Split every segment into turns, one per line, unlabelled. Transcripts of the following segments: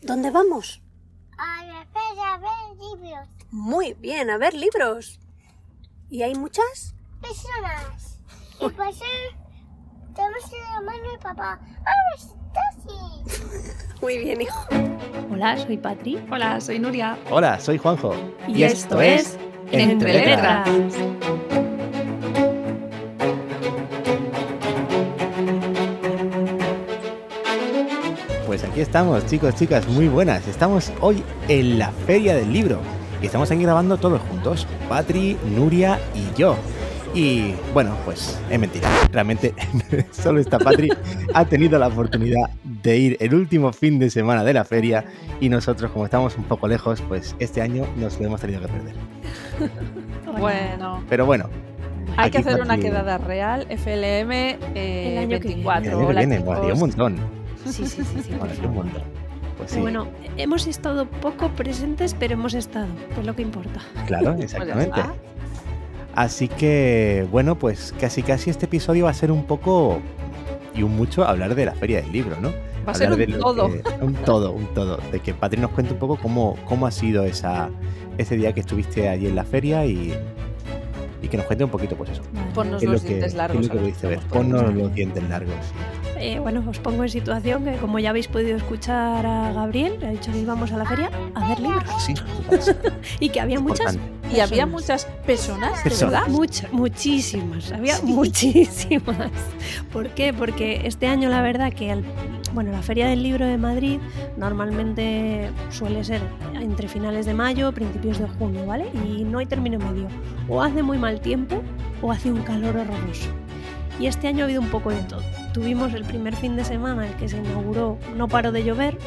¿Dónde vamos?
A la feria de libros.
Muy bien, a ver libros. ¿Y hay muchas?
Pues Personas. Y pues eh, tenemos a mi hermano y papá. ¡Ah, sí!
Muy bien, hijo.
Hola, soy Patri.
Hola, soy Nuria.
Hola, soy Juanjo.
Y, esto, es Entre Letras.
Pues aquí estamos, chicos, chicas, muy buenas. Estamos hoy en la Feria del Libro. Y estamos aquí grabando todos juntos. Patri, Nuria y yo. Y bueno, pues es mentira. Realmente solo esta Patri ha tenido la oportunidad de ir el último fin de semana de la feria y nosotros como estamos un poco lejos, pues este año nos lo hemos tenido que perder.
Bueno,
Pero bueno.
hay que
aquí
hacer una
Patri-
quedada real, FLM
El
eh,
año que
El
24.
año que
hola,
viene,
chicos.
molaría un montón.
Sí, sí, sí. sí.
molaría un montón. Pues sí,
Bueno, hemos estado poco presentes, pero hemos estado, que es lo que importa.
claro,
Pues ya
exactamente.
está.
Así que, bueno, pues casi casi este episodio va a ser un poco y un mucho hablar de la feria del libro, ¿no?
Va a ser
Hablar de
un
lo
todo.
que- un todo, un todo. De que Patri nos cuente un poco cómo, cómo ha sido esa, ese día que estuviste allí en la feria y, y que nos cuente un poquito, pues eso.
Ponnos
¿Qué es
los
lo que,
dientes
qué es
largos.
lo que
a los
pudiste ver?
estamos
Ponnos
poniendo.
los dientes largos.
Eh, bueno, os pongo en situación que como ya habéis podido escuchar a Gabriel, ha dicho que íbamos a la feria a ver libros
Sí,
y que había muchas,
importante.
Y había muchas personas, de
Personas.
¿verdad?
muchas, muchísimas, había muchísimas. ¿Por qué? Porque este año la verdad que el- bueno, la Feria del Libro de Madrid normalmente suele ser entre finales de mayo, principios de junio, ¿vale? Y no hay término medio. O hace muy mal tiempo o hace un calor horroroso. Y este año ha habido un poco de todo. Tuvimos el primer fin de semana, el que se inauguró, no paró de llover,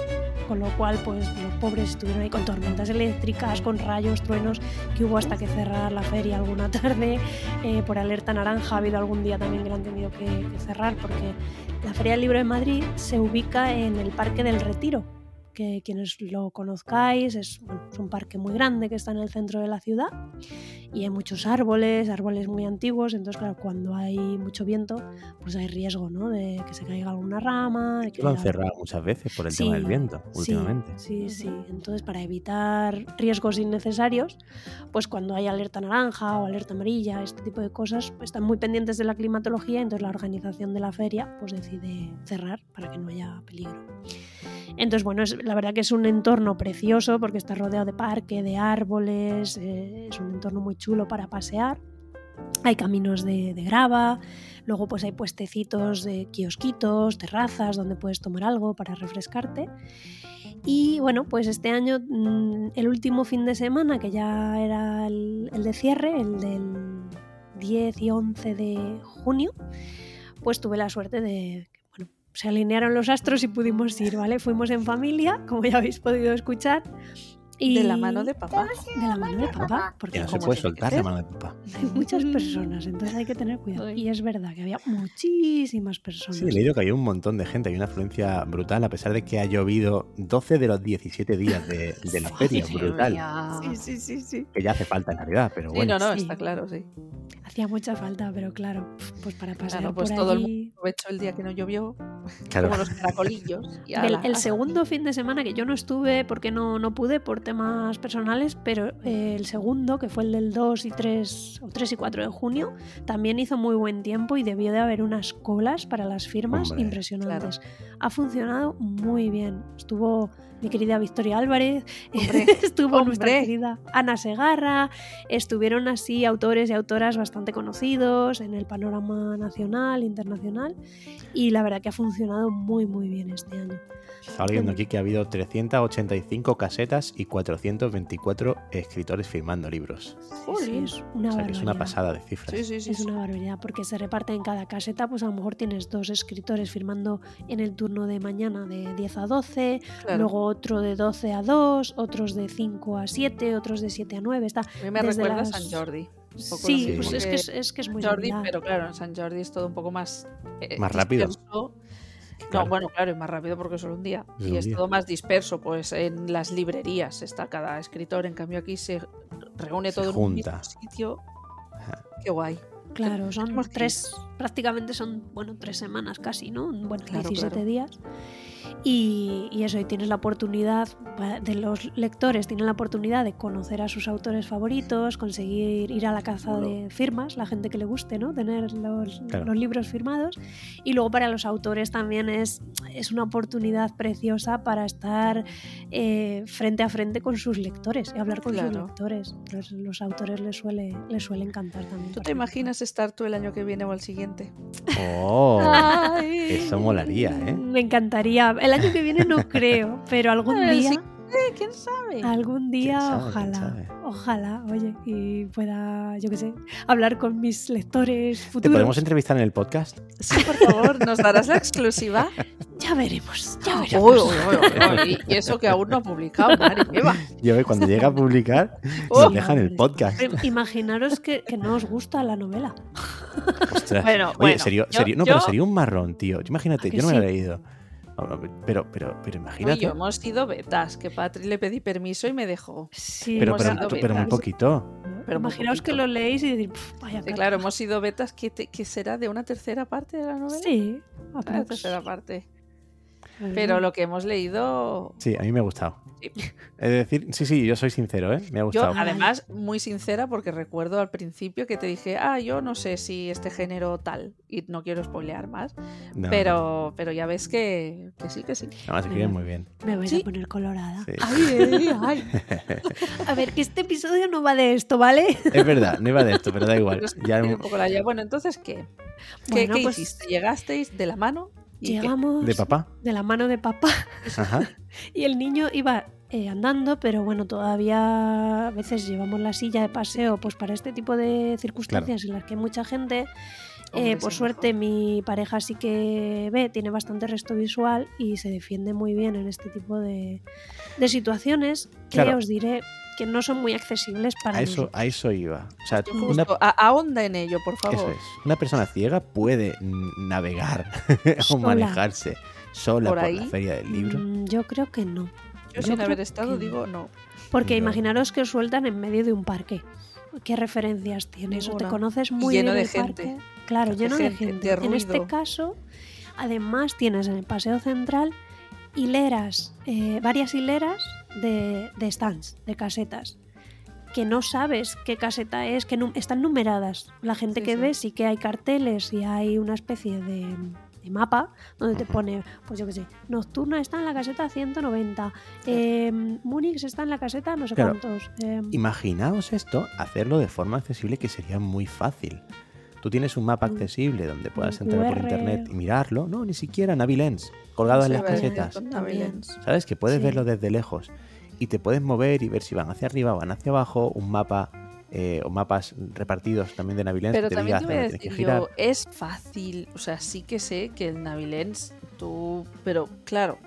con lo cual pues los pobres estuvieron ahí con tormentas eléctricas, con rayos, truenos, que hubo hasta que cerrar la feria alguna tarde. Eh, por alerta naranja ha habido algún día también que lo han tenido que, que cerrar, porque la Feria del Libro de Madrid se ubica en el Parque del Retiro, que quienes lo conozcáis, es, bueno, es un parque muy grande que está en el centro de la ciudad y hay muchos árboles, árboles muy antiguos, entonces claro, cuando hay mucho viento, pues hay riesgo, ¿no? De que se caiga alguna rama, de que
Lo han
la-
cerrado muchas veces por el
Sí,
tema del viento,
sí,
últimamente.
Sí, sí. Entonces, para evitar riesgos innecesarios, pues cuando hay alerta naranja o alerta amarilla, este tipo de cosas, pues, están muy pendientes de la climatología, entonces la organización de la feria pues decide cerrar para que no haya peligro. Entonces, bueno, es, la verdad que es un entorno precioso porque está rodeado de parque, de árboles, eh, es un entorno muy chulo para pasear. Hay caminos de, de grava, luego pues hay puestecitos de kiosquitos, terrazas donde puedes tomar algo para refrescarte. Y bueno, pues este año, mm, el último fin de semana, que ya era el, el de cierre, el del 10 y 11 de junio, pues tuve la suerte de que, bueno, se alinearon los astros y pudimos ir, ¿vale? Fuimos en familia, como ya habéis podido escuchar. Y
De la mano de papá.
Tenemos a
de la mano de papá,
Que
porque
no se
como
puede
tiene que
soltar
ser.
la mano de papá.
hay muchas personas, entonces hay que tener cuidado.
Ay.
Y es verdad que había muchísimas personas.
Sí, he leído que había un montón de gente, hay una afluencia brutal, a pesar de que ha llovido 12 de los 17 días de, de la feria, brutal.
Sí,
sí, sí, sí.
Que ya hace falta en realidad, pero
Sí,
bueno.
no, no,
sí.
está claro, sí.
Hacía mucha falta, pero claro, pues para pasar
Claro, pues
por
todo el
allí-
Aprovecho el día que no llovió,
Ah. Claro.
como los caracolillos. y
El,
ala,
el
a-
segundo fin de semana que yo no estuve porque no, no pude por temas personales, pero eh, el segundo, que fue el del 2 y 3 o 3 y 4 de junio, también hizo muy buen tiempo y debió de haber unas colas para las firmas
Hombre,
impresionantes. Ha funcionado muy bien. Estuvo mi querida Victoria Álvarez,
Hombre,
estuvo nuestra
hombre.
querida Ana Segarra, estuvieron así autores y autoras bastante conocidos en el panorama nacional, internacional, y la verdad que ha funcionado muy, muy bien este año.
Estaba leyendo aquí que ha habido 385 casetas y 424 escritores firmando libros.
Sí, sí,
Jolín.
es una
o sea que es una
barbaridad.
pasada de cifras.
Sí, sí, sí.
Es una barbaridad, porque se reparte en cada caseta, pues a lo mejor tienes dos escritores firmando en el turno de mañana de 10 a 12,
claro.
luego otro de 12 a 2, otros de 5 a 7, otros de 7 a 9, está...
a mí me
desde
recuerda
las-
a San Jordi. Un poco
Sí,
lo
pues
mismo
es que es, es que es muy
Jordi,
similar.
pero claro, en San Jordi es todo un poco más. eh,
Más rápido.
disperso.
Claro.
No, bueno, claro, es más rápido porque es solo un día.
Es
y
un
es
día.
todo más disperso, pues en las librerías está cada escritor. En cambio, aquí se reúne
Se
todo
junta.
en un mismo sitio. Qué guay.
Claro, son
tenemos que ir.
tres, prácticamente son, bueno, tres semanas casi, ¿no? Bueno,
Claro,
17
claro.
días. Y, y eso, y tienes la oportunidad, pa- de los lectores tienen la oportunidad de conocer a sus autores favoritos, conseguir ir a la caza de firmas, la gente que le guste, ¿no? Tener los,
Claro.
los libros firmados. Y luego para los autores también es, es una oportunidad preciosa para estar eh, frente a frente con sus lectores y hablar con sus
Claro.
lectores. Los, los autores les suele, les suele encantar también.
¿Tú
por
te
ejemplo.
imaginas estar tú el año que viene o el siguiente?
Oh,
Ay.
eso molaría, ¿eh?
Me encantaría. El año que viene no creo, pero algún
El
día,
Eh, ¿Quién sabe?
algún día,
sabe, quién
ojalá,
sabe.
ojalá, oye, y pueda, yo qué sé, hablar con mis lectores
¿Te
futuros.
podemos entrevistar en el podcast?
Sí, por favor, ¿nos darás la exclusiva?
Ya veremos, ya veremos.
pues,
Uy, uy, uy, uy, Y eso que aún no ha publicado, Mari. Eva.
Yo eh, cuando llega a publicar,
Oh.
nos dejan el podcast.
Pero Imaginaros que, que no os gusta la novela.
Ostras.
Bueno,
Oye,
bueno,
sería,
yo-
sería- no, pero
yo-
sería un marrón, tío. Imagínate,
¿A que
yo no me lo he
sí?
leído. Bueno, Pero, pero, pero
Tú y
imagínate.
yo hemos sido betas, que Patri le pedí permiso y me dejó.
Sí,
pero,
hemos
pero,
sido
tú- pero muy
betas.
poquito.
Pero muy
Imaginaos que
poquito.
lo leéis y decís, "Pf, vaya
Sí,
caca".
claro, hemos sido betas que, te- que será de una tercera parte de la novela.
Sí,
Ah,
aprox.
tercera parte. Pero lo que hemos leído.
Sí, a mí me ha gustado.
Sí.
Es decir, sí, sí, yo soy sincero, ¿eh?
Yo,
Me ha
ah,
gustado.
además, muy sincera, porque recuerdo al principio que te dije, ah, yo no sé si este género tal, y no quiero spoilear más,
No,
pero, pero ya ves que, que sí, que sí.
Además, escribe muy bien.
Me vais
Sí.
a poner colorada.
Sí.
Ay, ay,
A ver, que este episodio no va de esto, ¿vale?
Es verdad, no iba de esto, pero da igual. Ya,
un poco la llave. Bueno, entonces, ¿qué? ¿Qué,
Bueno,
qué
pues-
hiciste? ¿Llegasteis de la mano? ¿Y qué?
Llegamos
de papá.
de la mano de papá.
Ajá.
Y el niño iba eh, andando, pero bueno, todavía a veces llevamos la silla de paseo, pues para este tipo de circunstancias en las que hay mucha gente.
Hombre,
Eh, por
sí,
suerte mi pareja sí que ve, tiene bastante resto visual y se defiende muy bien en este tipo de, de situaciones que
Claro.
os diré que no son muy accesibles para
A eso,
nosotros.
a eso iba. O sea,
Yo
una,
justo, a- ahonda en ello, por
eso
favor.
es. Una persona ciega puede n- navegar o
Sola.
manejarse sola
Por
por, la
ahí.
feria del libro.
Mm, Yo creo que no.
Yo,
Yo
sin
creo
haber estado,
que-
digo no.
Porque
No.
imaginaros que os sueltan en medio de un parque. ¿Qué referencias tienes? ¿O te
Ninguna.
conoces
Y
muy
lleno
bien
de
el
gente.
parque? Claro,
De
lleno de
gente,
gente.
de
en este
ruido.
caso, además tienes en el paseo central hileras, eh, varias hileras de, de stands, de casetas que no sabes qué caseta es, que nu- están numeradas. La gente
Sí,
que
sí.
ve sí que hay carteles y hay una especie de, de mapa donde te
Ujú.
pone, pues yo qué sé, Nocturna está en la caseta 190, eh, Múnich está en la caseta no sé
Claro.
cuántos. eh,
Imaginaos esto, hacerlo de forma accesible que sería muy fácil. Tú tienes un mapa
Mm.
accesible donde puedas
Un
entrar por
QR.
internet y mirarlo. No, ni siquiera Navilens, colgado en
Sí,
las
vale,
casetas.
con
También.
Navilens.
¿Sabes? Que puedes
Sí.
verlo desde lejos y te puedes mover y ver si van hacia arriba, van hacia abajo, un mapa eh, o mapas repartidos también de Navilens
Pero
que te
también
diga
te
hacia
voy a
dónde tienes
decir
que girar.
yo, es fácil, o sea, sí que sé que el Navilens, tú, pero claro,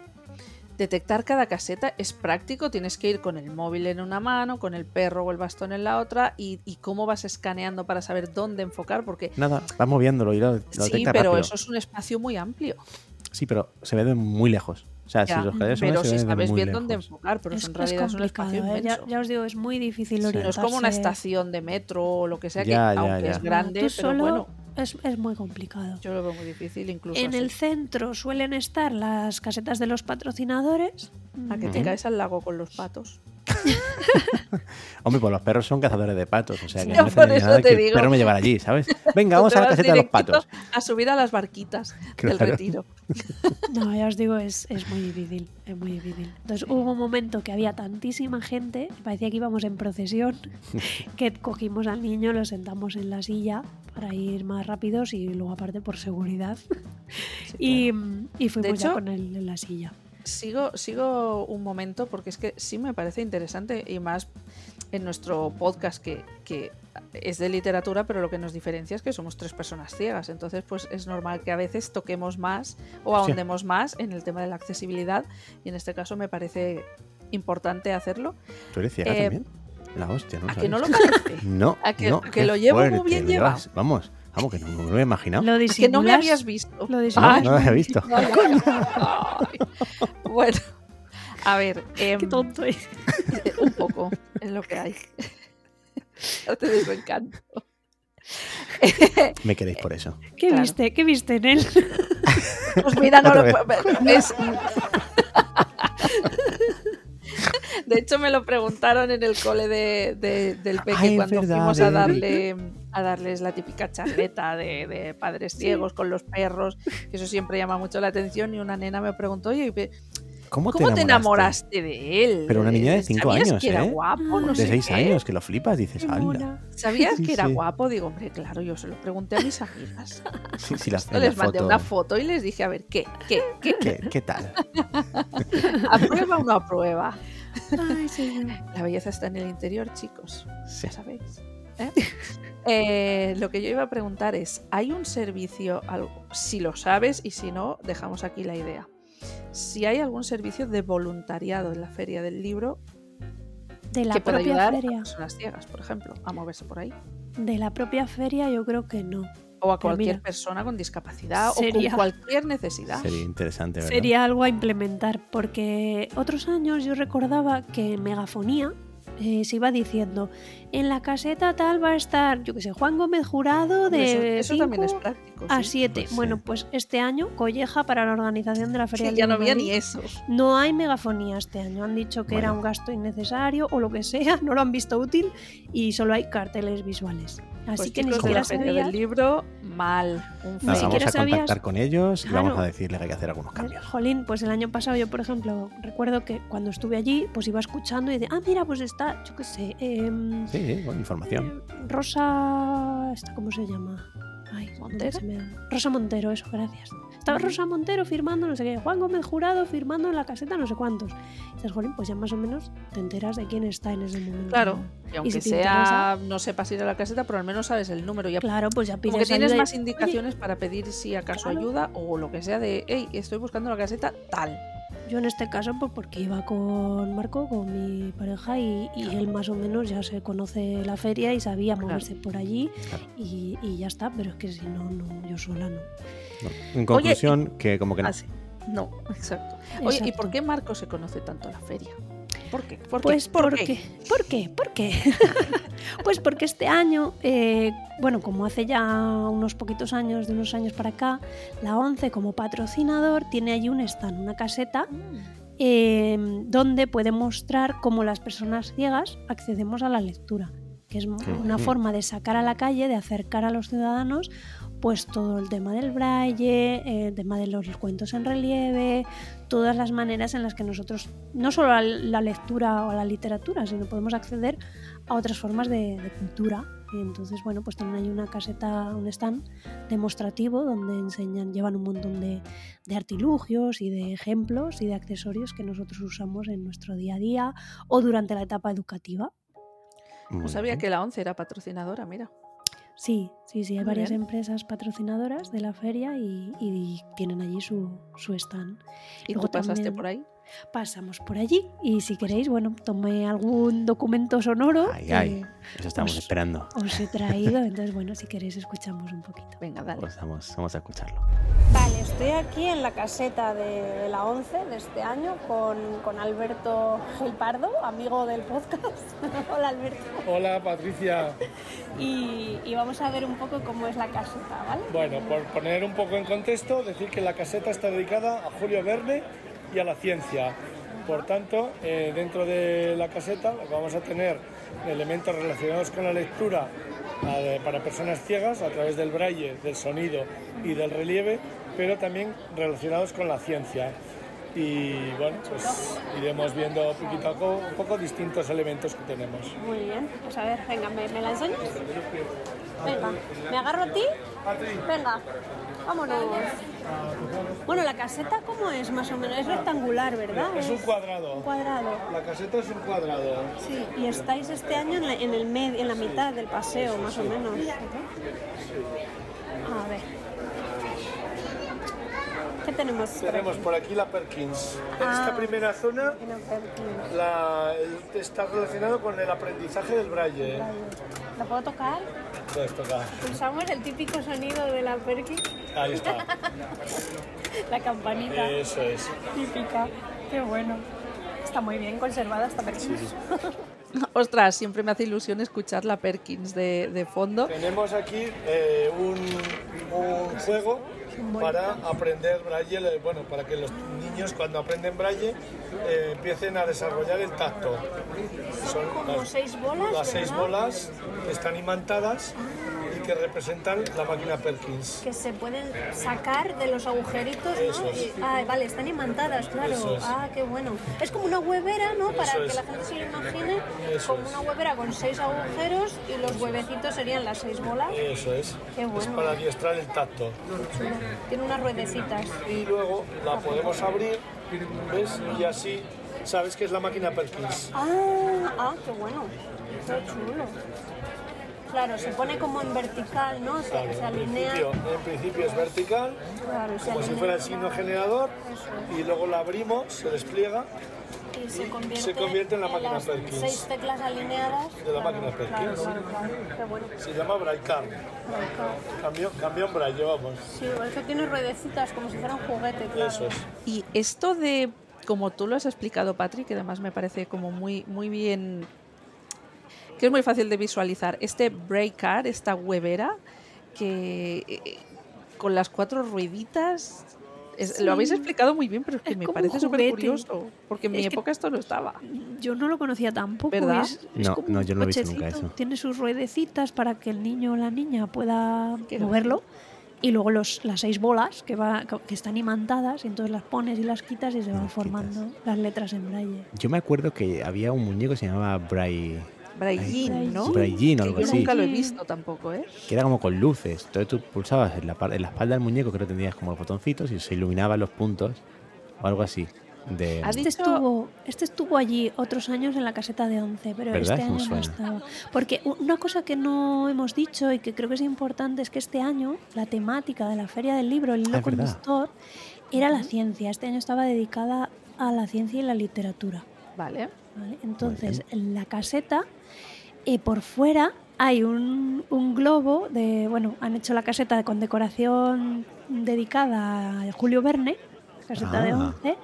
detectar cada caseta es práctico, tienes que ir con el móvil en una mano, con el perro o el bastón en la otra, y, y cómo vas escaneando para saber dónde enfocar, porque
Nada, vas moviéndolo y lo, lo
sí,
detectas
pero
rápido.
eso es un espacio muy amplio.
Sí, pero se ve de muy lejos. O sea,
Ya,
si los cadenas son
pero
se
si
ven de
sabes
muy
bien
lejos.
dónde enfocar, pero
es,
eso en
es
realidad es un
complicado,
espacio
¿eh? ya,
inmenso.
ya os digo, es muy difícil
Sí. No es
No es
orientarse.
como una estación de metro o lo que sea, que
Ya, ya,
aunque
ya.
es
No,
grande,
tú
pero
solo-
bueno,
Es, es muy complicado.
yo lo veo muy difícil incluso.
En
así.
el centro suelen estar las casetas de los patrocinadores. Mm.
A que te
Ujú.
caes al lago con los patos.
Hombre, pues los perros son cazadores de patos. O sea, que
Ya
no
por
extrañaría
eso
nada
te
que el
digo.
perro me llevara allí, ¿sabes? Venga,
Tú
vamos
te
a la
vas
caseta de los
directito
patos.
A subir a las barquitas del
Claro.
retiro.
No, ya os digo, es, es muy difícil, es muy difícil. Entonces hubo un momento que había tantísima gente, parecía que íbamos en procesión, que cogimos al niño, lo sentamos en la silla para ir más rápidos y luego aparte por seguridad. Y, mm, y fuimos
De
ya
hecho-
con él en la silla.
Sigo, sigo un momento porque es que sí me parece interesante y más en nuestro podcast que, que es de literatura, pero lo que nos diferencia es que somos tres personas ciegas. Entonces, pues es normal que a veces toquemos más o ahondemos más en el tema de la accesibilidad y en este caso me parece importante hacerlo.
¿Tú eres ciega
Eh,
también? La hostia, ¿no?
¿A que
sabes?
no lo parece?
No,
a que-
no,
a que
qué
lo llevo muy
fuerte,
bien
lo llevas. Vamos, vamos, que no, no me lo he imaginado. No,
Lo
¿A que no me
disimulas-
habías visto?
Lo
no
disimulas.
lo había visto.
Ay. Bueno, a ver, em,
Qué tonto es.
un poco es lo que hay. Parte de su encanto.
Me queréis por eso.
¿Qué
Claro.
viste? ¿Qué viste en él?
Pues mira, no
Otra
lo
vez.
puedo- es- De hecho, me lo preguntaron en el cole de, de- del peque
Ay, es
cuando
verdad,
fuimos a
de-
darle a darles la típica charleta de, de padres ciegos con los perros, que eso siempre llama mucho la atención. Y una nena me preguntó, oye, pe-
¿Cómo,
¿cómo te
enamoraste?
enamoraste de él?
Pero una niña de cinco
¿Sabías
años,
que era
¿eh?
guapo, no
De
De
sé
seis
qué?
años, que lo flipas, dices,
Qué
hala.
mona.
¿Sabías
Sí,
que era
sí.
guapo? Digo, hombre, claro, yo se lo pregunté a mis amigas.
Sí, sí, la,
Yo
en la
les mandé
foto.
una foto y les dije, a ver, ¿qué? ¿Qué? ¿Qué?
¿Qué, qué tal?
¿Aprueba o no aprueba?
Ay, señor.
La belleza está en el interior, chicos.
Sí.
Ya sabéis. ¿eh? Eh, lo que yo iba a preguntar es, ¿hay un servicio, algo- si lo sabes y si no, dejamos aquí la idea? Si hay algún servicio de voluntariado en la feria del libro
De la
que pueda
propia
ayudar a
feria.
personas ciegas, por ejemplo, a moverse por ahí.
De la propia feria yo creo que no.
O a
Pues
cualquier
mira.
persona con discapacidad o
Sería-
con cualquier necesidad.
Sería interesante, ¿verdad?
Sería algo a implementar, porque otros años yo recordaba que en megafonía eh, se iba diciendo, en la caseta tal va a estar, yo que sé, Juan Gómez Jurado
Hombre, eso-
de
eso, también es
5
práctico.
a
sí.
7.
Pues sí.
bueno, pues este año colleja para la organización de la
Sí,
feria. del
ya no
Libro de
había ni
Madrid.
eso.
No hay megafonía este año. Han dicho que era
Bueno.
un gasto innecesario o lo que sea, no lo han visto útil y solo hay carteles visuales. Así
Pues
que ni
chicos, de
siquiera
la feria
sabía.
del libro, mal. Un
Ni
Nada, vamos
fail.
a
siquiera
contactar
sabías-
con ellos y vamos
Claro.
a decirles que hay que hacer algunos cambios.
Jolín, pues el año pasado yo, por ejemplo, recuerdo que cuando estuve allí, pues iba escuchando y decía, ah, mira, pues está, yo qué sé, em,
Sí, sí, bueno, información.
eh, Rosa... ¿esta ¿Cómo se llama? Ay,
¿Montero?
se me- Rosa Montero, eso, gracias. Estaba Rosa Montero firmando no sé qué, Juan Gómez Jurado firmando en la caseta no sé cuántos. Y dices, jolín, pues ya más o menos te enteras de quién está en ese momento.
Claro. Y aunque
te
sea,
interesa-
no sepas ir a la caseta, pero al menos sabes el número. Ya
Claro, pues ya pides
como que tienes
ayuda y-
más
Oye,
indicaciones para pedir si acaso
Claro.
ayuda o lo que sea de, hey, estoy buscando la caseta tal.
Yo en este caso, pues porque iba con Marco, con mi pareja, y, y él más o menos ya se conoce la feria y sabía
Claro.
moverse por allí
Claro.
y, y ya está, pero es que si no, no yo sola no.
Bueno, en conclusión, que como que no.
Así. No, exacto. Oye, ¿y por
Exacto.
qué Marco se conoce tanto la feria? ¿Por qué? ¿Por qué?
Pues
¿Por
porque, ¿por qué? ¿Por qué? pues porque este año, eh, bueno, como hace ya unos poquitos años, de unos años para acá, la ONCE como patrocinador tiene allí un stand, una caseta
Mm,
eh, donde puede mostrar cómo las personas ciegas accedemos a la lectura, que es una
guay.
forma de sacar a la calle, de acercar a los ciudadanos, pues todo el tema del braille, eh, el tema de los cuentos en relieve, todas las maneras en las que nosotros, no solo a la lectura o a la literatura, sino podemos acceder a otras formas de, de cultura. Y entonces, bueno, pues tienen ahí una caseta, un stand demostrativo donde enseñan, llevan un montón de, de artilugios y de ejemplos y de accesorios que nosotros usamos en nuestro día a día o durante la etapa educativa.
Muy
No pues sabía
bien.
que la ONCE era patrocinadora, mira.
Sí, sí, sí, hay
Muy
varias
bien.
empresas patrocinadoras de la feria y, y tienen allí su, su stand.
¿Y
Luego
tú pasaste
también-
por ahí? Pues
Pasamos por allí y si queréis, bueno, tomé algún documento sonoro
Ay,
que
Eh,
ay. Eso estamos
Pues-
esperando.
os he traído, entonces bueno, si queréis escuchamos un poquito.
Venga, dale.
Pues vamos, vamos a escucharlo.
Vale, estoy aquí en la caseta de, de la 11 de este año con, con Alberto Gil Pardo, amigo del podcast. Hola Alberto.
Hola Patricia.
Y, y vamos a ver un poco cómo es la caseta, ¿vale?
Bueno, por poner un poco en contexto, decir que la caseta está dedicada a Julio Verne y a la ciencia. Por tanto, eh, dentro de la caseta vamos a tener elementos relacionados con la lectura a- de- para personas ciegas a través del braille, del sonido y del relieve, pero también relacionados con la ciencia. Y bueno, pues iremos viendo poquito a poco, un poco distintos elementos que tenemos.
Muy bien, pues a ver, venga, ¿me, me la enseñas? Venga, ¿me agarro a ti? Venga, vámonos. Bueno, la caseta, ¿cómo es más o menos? Es rectangular, ¿verdad?
Es un
Un
cuadrado.
cuadrado.
La caseta es un cuadrado.
Sí, y estáis este año en la, en el med- en la mitad del paseo, más o menos. A ver. ¿Qué tenemos? por
Tenemos
aquí?
por aquí la Perkins.
Ah.
Esta primera zona
Una perkin.
la- está relacionado con el aprendizaje del braille. ¿eh?
¿La puedo tocar?
Puedes tocar.
Pulsamos el típico sonido de la Perkins,
Ahí está.
la campanita
Eso es.
típica. Qué bueno. Está está muy bien conservada esta Perkins.
Ostras, siempre me hace ilusión escuchar la Perkins de, de fondo.
Tenemos aquí eh, un, un juego para aprender braille, eh, bueno, para que los niños cuando aprenden braille eh, empiecen a desarrollar el tacto. Son
como seis bolas,
Las seis
¿verdad?
bolas que están imantadas y que representan la máquina Perkins.
Que se pueden sacar de los agujeritos,
Eso
¿no?
es.
Y- ah, vale, están imantadas, claro.
Eso es.
Ah, qué bueno. Es como una huevera, ¿no? Para
Eso
que
es.
la gente se lo imagine.
Eso
como
es.
una huevera con seis agujeros y los huevecitos serían las seis bolas.
Eso es.
Qué
Eh, Es
bueno.
para adiestrar el tacto.
Tiene unas ruedecitas.
y luego la podemos abrir, ¿ves? Y así sabes que es la máquina Perkins.
Ah, ah, qué bueno. Qué chulo. Claro, se pone como en vertical, ¿no? Se,
Claro,
se
en,
alinea.
principio, en principio es vertical,
Claro, se
como si
alinea.
fuera el signo generador,
Eso
y luego la abrimos, se despliega
y se convierte,
se convierte en la máquina
las
Perkins.
Seis teclas alineadas.
De la máquina
Claro,
Perkins.
claro, claro. Qué bueno.
se llama Braicar. Cambio, cambio en braille, vamos.
Sí, es que tiene ruedecitas como si fuera un juguete, claro.
Eso es.
Y esto de, como tú lo has explicado, Patrick, que además me parece como muy, muy bien, que es muy fácil de visualizar, este breaker, esta huevera, que eh, con las cuatro rueditas... es- Lo habéis explicado muy bien, pero es que
Es
me
como un
parece súper
juguete.
curioso, porque en mi
Es que-
época esto no estaba.
Yo no lo conocía tampoco.
¿Verdad?
Es, es
No,
como
no,
un
yo no lo he visto
cochecito,
nunca eso.
Tiene sus ruedecitas para que el niño o la niña pueda
Qué
moverlo. Y luego los, las seis bolas que, va, que están imantadas, y entonces las pones y las quitas y se van
Las quitas.
formando las letras en braille.
Yo me acuerdo que había un muñeco que se llamaba Bray,
Braillín, ¿no?
Braillín o
Que
algo
yo
así,
nunca lo he visto tampoco, ¿eh?
que era como con luces. Entonces tú pulsabas en la, par- en la espalda del muñeco, creo que tenías como los botoncitos y se iluminaban los puntos o algo así. De,
¿Has
Este
dicho-
estuvo, este estuvo allí otros años en la caseta de 11, pero
¿Verdad?
este
Sí me
año no
suena.
estaba. Porque u- una cosa que no hemos dicho y que creo que es importante es que este año la temática de la Feria del Libro, el
Ah,
hilo
es verdad.
conductor, era la ciencia. Este año estaba dedicada a la ciencia y la literatura.
Vale.
¿vale? Entonces, en la caseta, eh, por fuera hay un, un globo de, bueno, han hecho la caseta con decoración dedicada a Julio Verne, caseta de
Ah.
11,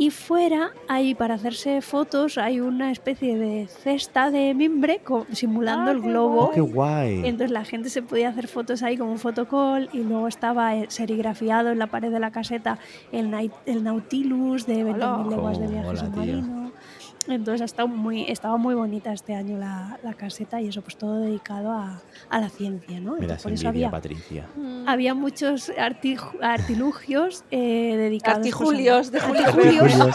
y fuera hay, para hacerse fotos, hay una especie de cesta de mimbre co- simulando
Ah,
el
qué
globo.
¡Oh, qué guay!
Entonces la gente se podía hacer fotos ahí como un fotocall y luego estaba eh, serigrafiado en la pared de la caseta el, nai- el Nautilus de 20.000 leguas de
Cómo
viaje
mola,
submarino. Entonces ha estado muy, estaba muy bonita este año la, la caseta y eso pues todo dedicado a, a la ciencia, ¿no?
Me
Entonces,
das
por eso
envidia,
había,
Patricia.
Mm.
había muchos artiju- artilugios eh, dedicados... pues, a-
Artijulios de Julio Verne.
Curioso.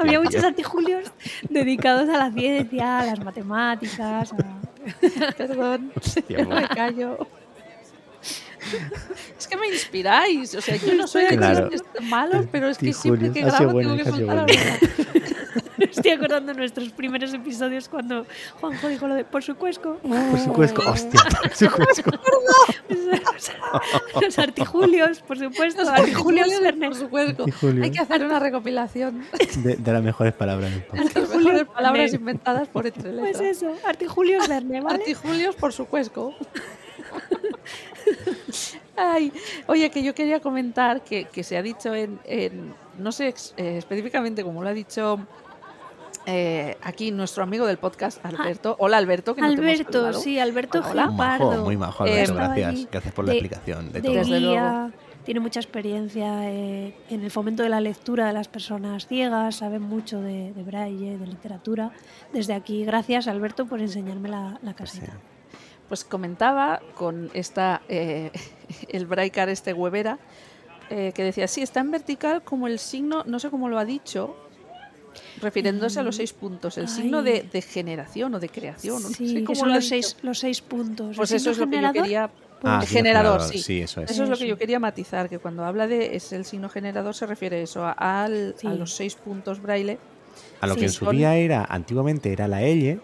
había muchos artijulios dedicados a la ciencia, a las matemáticas, a...
Perdón,
Hostia,
me
bueno.
callo. Es que me inspiráis, o sea, yo no soy de
Claro.
chistes malos, pero es que siempre
Artijulios.
que
Ha sido
grabo
bueno,
tengo que
ha sido
soltar
bueno.
algo.
Estoy acordando de nuestros primeros episodios cuando Juanjo dijo lo de por su cuesco.
Por supuesto, hostia, por supuesto.
Los artijulios, por supuesto.
Los
Artijulios
artijulios
Verne.
por su cuerpo.
Artijulios.
Hay que hacer una recopilación
De, de las mejores palabras. del podcast.
de las mejores palabras
Verne.
inventadas por entre
Pues
letras.
eso, artijulios Verne, ¿vale?
Artijulios por su cuesco. Ay, oye, que yo quería comentar que, que se ha dicho en, en- no sé ex- eh, específicamente como lo ha dicho eh, aquí nuestro amigo del podcast, Alberto. Hola, Alberto, que no te hemos
Alberto,
saludado.
sí, Alberto Gil
Hola, hola.
Muy
Pardo.
majo, muy majo,
Eh,
Alberto,
estaba
gracias.
allí
Gracias por la
de-
explicación de,
De
todo.
Desde
guía, tiene mucha experiencia eh, en el fomento de la lectura de las personas ciegas, sabe mucho de, de braille, de literatura. Desde aquí, gracias Alberto por enseñarme la, la
Sí.
caseta.
Pues comentaba con esta, eh, el Braicar este huevera, eh, que decía, sí, está en vertical como el signo, no sé cómo lo ha dicho, refiriéndose a los seis puntos, el
Ay.
signo de, de generación o de creación, o no
Sí,
sé
que
cómo
son
lo ha
los
dicho.
seis, los seis puntos.
Pues
El signo
eso es lo que yo
generador,
quería...
Ah,
el
signo
generador, sí.
eso es.
Eso es lo que yo
Eso.
quería matizar, que cuando habla de es el signo generador se refiere eso, a- al, a
Sí.
los seis puntos braille.
A lo
Sí,
que en su
son-
día era, antiguamente era la L,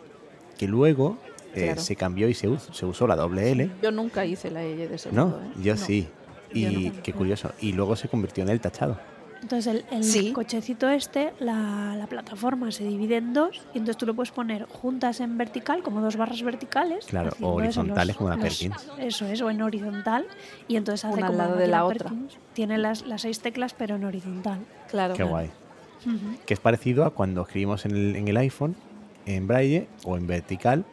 que luego eh,
Claro.
se cambió y se, us- se usó la doble L.
Yo nunca hice la L de ese ¿eh?
No, yo sí.
Yo no
Y
tampoco.
qué curioso. Y luego se convirtió en el tachado.
Entonces el, el
Sí.
cochecito este, la, la plataforma se divide en dos y entonces tú lo puedes poner juntas en vertical, como dos barras verticales.
Claro,
haciendo eso,
o horizontales como la Perkins.
Eso es, o en horizontal. Y entonces hace
Una al
como
lado de la
máquina
otra.
Perkins. Tiene las, las seis teclas pero en horizontal.
Claro.
Qué guay. que es parecido a cuando escribimos en el, en el iPhone en braille o en vertical,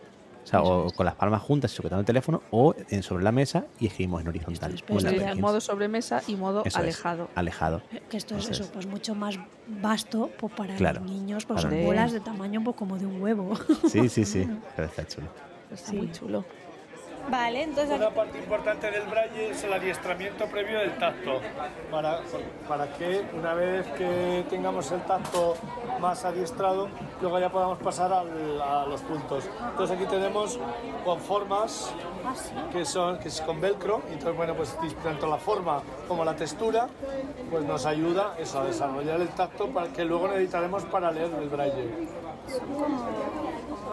o, sea, o con las palmas juntas sujetando el teléfono o en, sobre la mesa y escribimos en horizontal.
Esto es
o en la
verdad.
vertical.
modo sobremesa y modo
Eso es,
alejado.
alejado.
Que esto es
Eso
eso,
es.
pues mucho más vasto pues para
Claro,
los niños, pues
para
son
los
bolas de
niños.
tamaño pues como de un huevo.
Sí, sí, sí. Pero está chulo.
Está muy chulo.
Vale, entonces
Una parte importante del braille es el adiestramiento previo del tacto, para, para que una vez que tengamos el tacto más adiestrado, luego ya podamos pasar al- a los puntos. Entonces aquí tenemos con formas que son que es con velcro, y entonces bueno pues tanto la forma como la textura, pues nos ayuda eso, a desarrollar el tacto para que luego necesitaremos para leer el braille.
son como,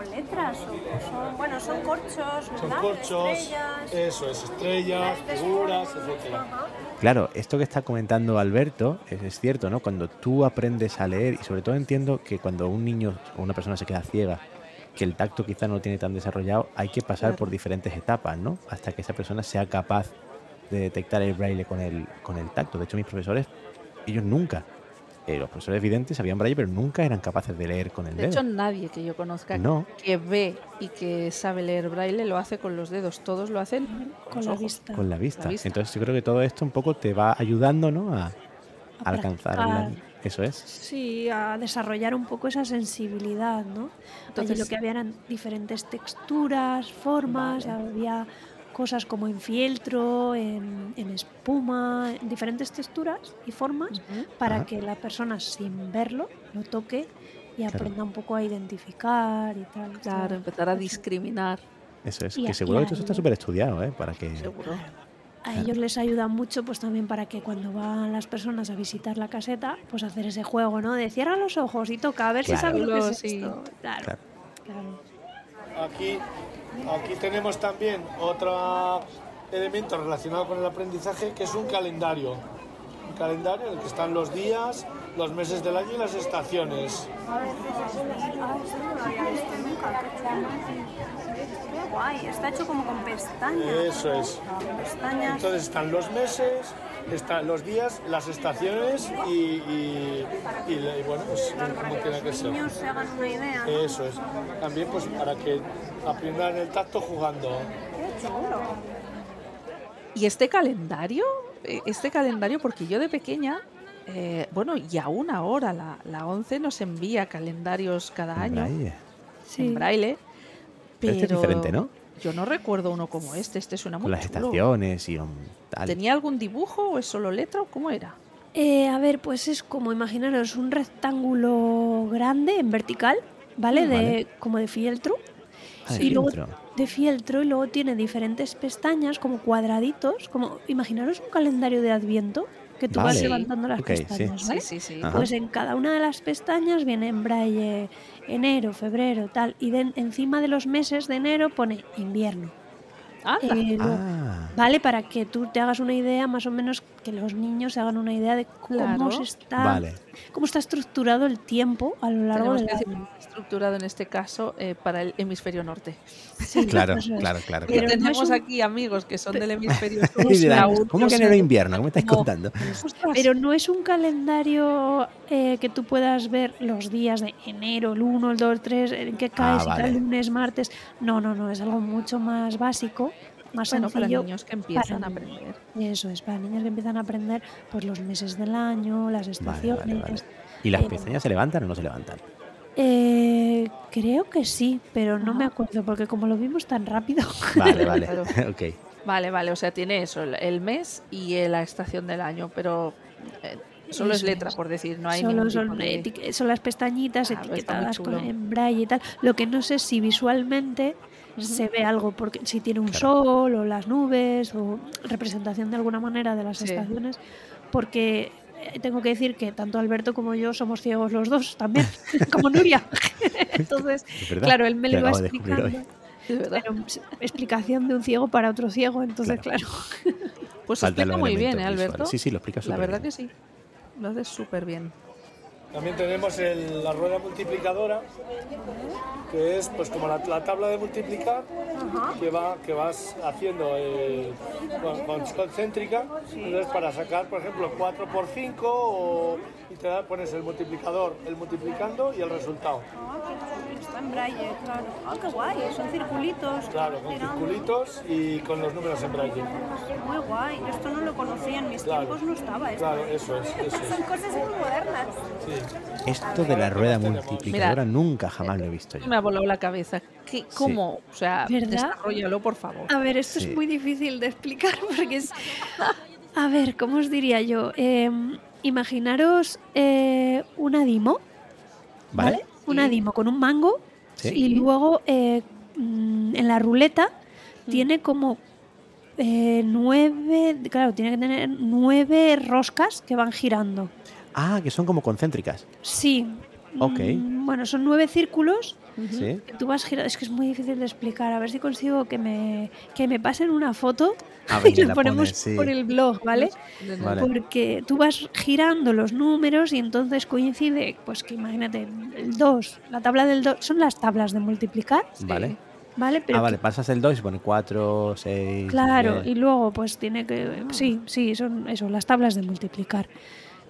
como letras, o son, bueno, son corchos,
Son
¿verdad?
corchos,
Estrellas.
eso es estrellas, figuras, etcétera.
Ajá.
Claro, esto que está comentando Alberto es, es cierto, ¿no? Cuando tú aprendes a leer, y sobre todo entiendo que cuando un niño o una persona se queda ciega, que el tacto quizá no lo tiene tan desarrollado, hay que pasar por diferentes etapas, ¿no? Hasta que esa persona sea capaz de detectar el braille con el, con el tacto. De hecho, mis profesores, ellos nunca, eh, los profesores evidentes sabían braille, pero nunca eran capaces de leer con el
De
dedo.
hecho, nadie que yo conozca
No.
que ve y que sabe leer braille lo hace con los dedos. Todos lo hacen
con la vista.
con la vista.
la vista.
Entonces yo creo que todo esto un poco te va ayudando, ¿no? A,
A
alcanzar la-
practicar.
eso es.
Sí, a desarrollar un poco esa sensibilidad, ¿no? Entonces
Entonces-
lo que había eran diferentes texturas, formas, había cosas como en fieltro, en, en espuma, en diferentes texturas y formas para
Ajá.
que la persona sin verlo lo toque y
Claro.
aprenda un poco a identificar y tal.
Claro, empezar a discriminar,
Eso es,
Y
que
a-
seguro
y
que todo eso está
ayuda.
súper estudiado, ¿eh? Para que...
seguro.
A ellos les ayuda mucho, pues también para que cuando van las personas a visitar la caseta, pues hacer ese juego, ¿no? De cierra los ojos y toca, a ver si
Claro.
sabes lo que es
Sí.
esto. Claro,
Claro.
claro.
Aquí, aquí tenemos también otro elemento relacionado con el aprendizaje que es un calendario. Un calendario en el que están los días, los meses del año y las estaciones.
Ah, esto no lo había visto nunca, qué chulo. Qué Guay, está hecho como con pestañas.
Eso es.
Pestañas.
Entonces están los meses, están los días, las estaciones y, y- y la- y bueno, pues
Claro, para
como
que
tiene que
los
ser.
niños se hagan una idea. ¿no?
Eso es. También pues para que aprendan el tacto jugando.
Qué chulo.
¿Y este calendario? Eh, Este calendario, porque yo de pequeña, eh, bueno, y aún ahora la, la 11 nos envía calendarios cada año
Braille.
en braille. Pero
Pero este es diferente, ¿no?
Yo no recuerdo uno como este, este suena muy
Con las
chulo.
estaciones y un tal.
¿Tenía algún dibujo o es solo letra o cómo era?
Eh, a ver, pues es como imaginaros un rectángulo grande en vertical, ¿vale?
Mm,
De,
vale.
Como de fieltro.
Ah, de
y luego
fieltro.
de fieltro y luego tiene diferentes pestañas como cuadraditos, como imaginaros un calendario de adviento que tú vas
Vale.
levantando las
Ok, sí.
pestañas, ¿vale?
Sí, sí, sí.
Ajá.
Pues en cada una de las pestañas viene en braille enero, febrero, tal, y de- encima de los meses de enero pone invierno.
Anda.
Eh, luego-
Ah,
Vale, para que tú te hagas una idea, más o menos que los niños se hagan una idea de cómo
Claro.
se está,
Vale.
cómo está estructurado el tiempo a lo largo
Tenemos
del
que decir
año.
estructurado en este caso eh, para el hemisferio norte.
Sí,
claro,
eso es.
claro, claro.
Pero
claro.
no es
tenemos
un-
aquí amigos que son del hemisferio sur.
Y dirán,
aún
¿Cómo
no
que
sé-
enero e invierno? ¿Qué me estáis
No.
contando?
Pero no es un calendario eh, que tú puedas ver los días de enero, el 1, el 2, el 3, en qué cae,
Ah,
si cae
vale.
lunes, martes. No, no, no, es algo mucho más básico, más
Bueno, para
sencillo.
niños que empiezan a
para
aprender.
Eso es, para niños que empiezan a aprender pues, los meses del año, las
Vale,
estaciones.
vale, vale. ¿Y las
Eh,
pestañas se levantan o no se levantan?
Eh, creo que sí, pero no me acuerdo porque como lo vimos tan rápido.
Vale, vale.
Claro.
ok.
Vale, vale, o sea, tiene eso, el, el mes y eh, la estación del año, pero eh, solo es
Eso
letra,
es.
por decir, no hay
Solo
ningún
son,
tipo de-
etique- son las pestañitas
Ah, está muy
etiquetadas con,
chulo.
en braille y tal. Lo que no sé si visualmente se ve algo, porque si tiene un sol o las nubes o representación de alguna manera de las
Sí.
estaciones, porque eh, tengo que decir que tanto Alberto como yo somos ciegos los dos también, como Nuria. Entonces,
Es verdad.
claro, él me
Lo
lo iba
acabo de descubrir hoy.
explicando.
Es verdad.
Pero s- explicación de un ciego para otro ciego, entonces claro.
Pues se
Faltan
explica
los
muy bien, ¿eh,
elementos visuales.
Alberto?
Sí, sí, lo explica
La
súper
verdad
bien.
que sí, lo haces súper bien.
También tenemos el- la rueda multiplicadora, que es pues como la, la tabla de multiplicar que, va, que vas haciendo eh, con, con- concéntrica. Entonces para sacar, por ejemplo, 4 por 5 o, y te da- pones el multiplicador, el multiplicando y el resultado.
Está en braille, claro. Ah, qué guay, son circulitos.
Claro, con
Era
circulitos y con los números en braille.
Muy guay, yo esto no lo conocía, en mis
Claro.
tiempos no estaba esto.
Claro, eso es, eso es.
Son cosas muy modernas.
Esto de la rueda multiplicadora
Mira.
nunca jamás lo he visto yo.
Me ha volado la cabeza. ¿Qué- ¿Cómo? O sea,
¿Verdad? Ah.
desarrollalo, por favor.
A ver, esto
Sí.
es muy difícil de explicar porque es... A ver, ¿cómo os diría yo? Eh, imaginaros eh, una dimo,
¿Vale?
Una dimo con un mango
Sí.
y luego eh, mm, en la ruleta tiene como eh, nueve, claro, tiene que tener nueve roscas que van girando.
Ah, que son como concéntricas.
Sí.
Ok.
Mm, bueno, son nueve círculos
Sí.
que tú vas girando. Es que es muy difícil de explicar. A ver si consigo que me, que me pasen una foto
A ver,
y
ya
lo
Ah, la
ponemos
pones, sí.
por el blog, ¿vale?
Vale.
Porque tú vas girando los números y entonces coincide, pues que imagínate, el 2, la tabla del 2, son las tablas de multiplicar,
Vale.
¿vale? Pero
Ah, vale, pasas el 2 y se pone 4, 6.
Claro, y luego pues tiene que... Sí, sí, son eso, las tablas de multiplicar.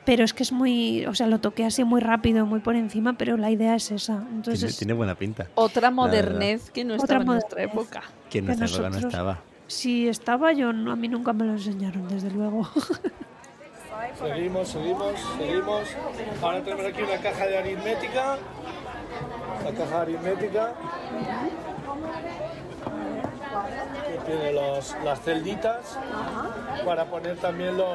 Pero es que es muy... O sea, lo toqué así muy rápido, muy por encima, pero la idea es esa.
Tiene,
Entonces,
tiene buena pinta.
Otra
verdad.
modernez que no
Otra
estaba en nuestra
modernez.
época.
Que en
que
nuestra época no
nosotros-
estaba.
si estaba yo, no, a mí nunca me lo enseñaron, desde luego.
Seguimos, seguimos, seguimos. Ahora tenemos aquí una caja de aritmética. La caja de aritmética. Que tiene los- las celditas para poner también los.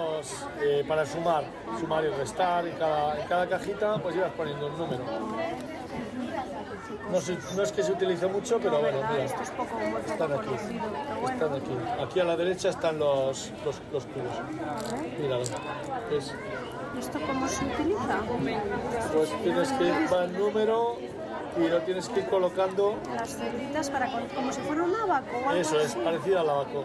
eh, para sumar, sumar y restar. En cada, en cada cajita pues ibas poniendo un número. No, se- no es que se utilice mucho, pero bueno, mira. Están aquí. Están aquí. Aquí a la derecha están los, los, los cubos. Míralo. Es-
¿Esto cómo se utiliza?
pues tienes que ir para el número y lo tienes que ir colocando.
Las celditas para con- como si fuera un abaco o algo
Eso es,
así.
parecido al abaco.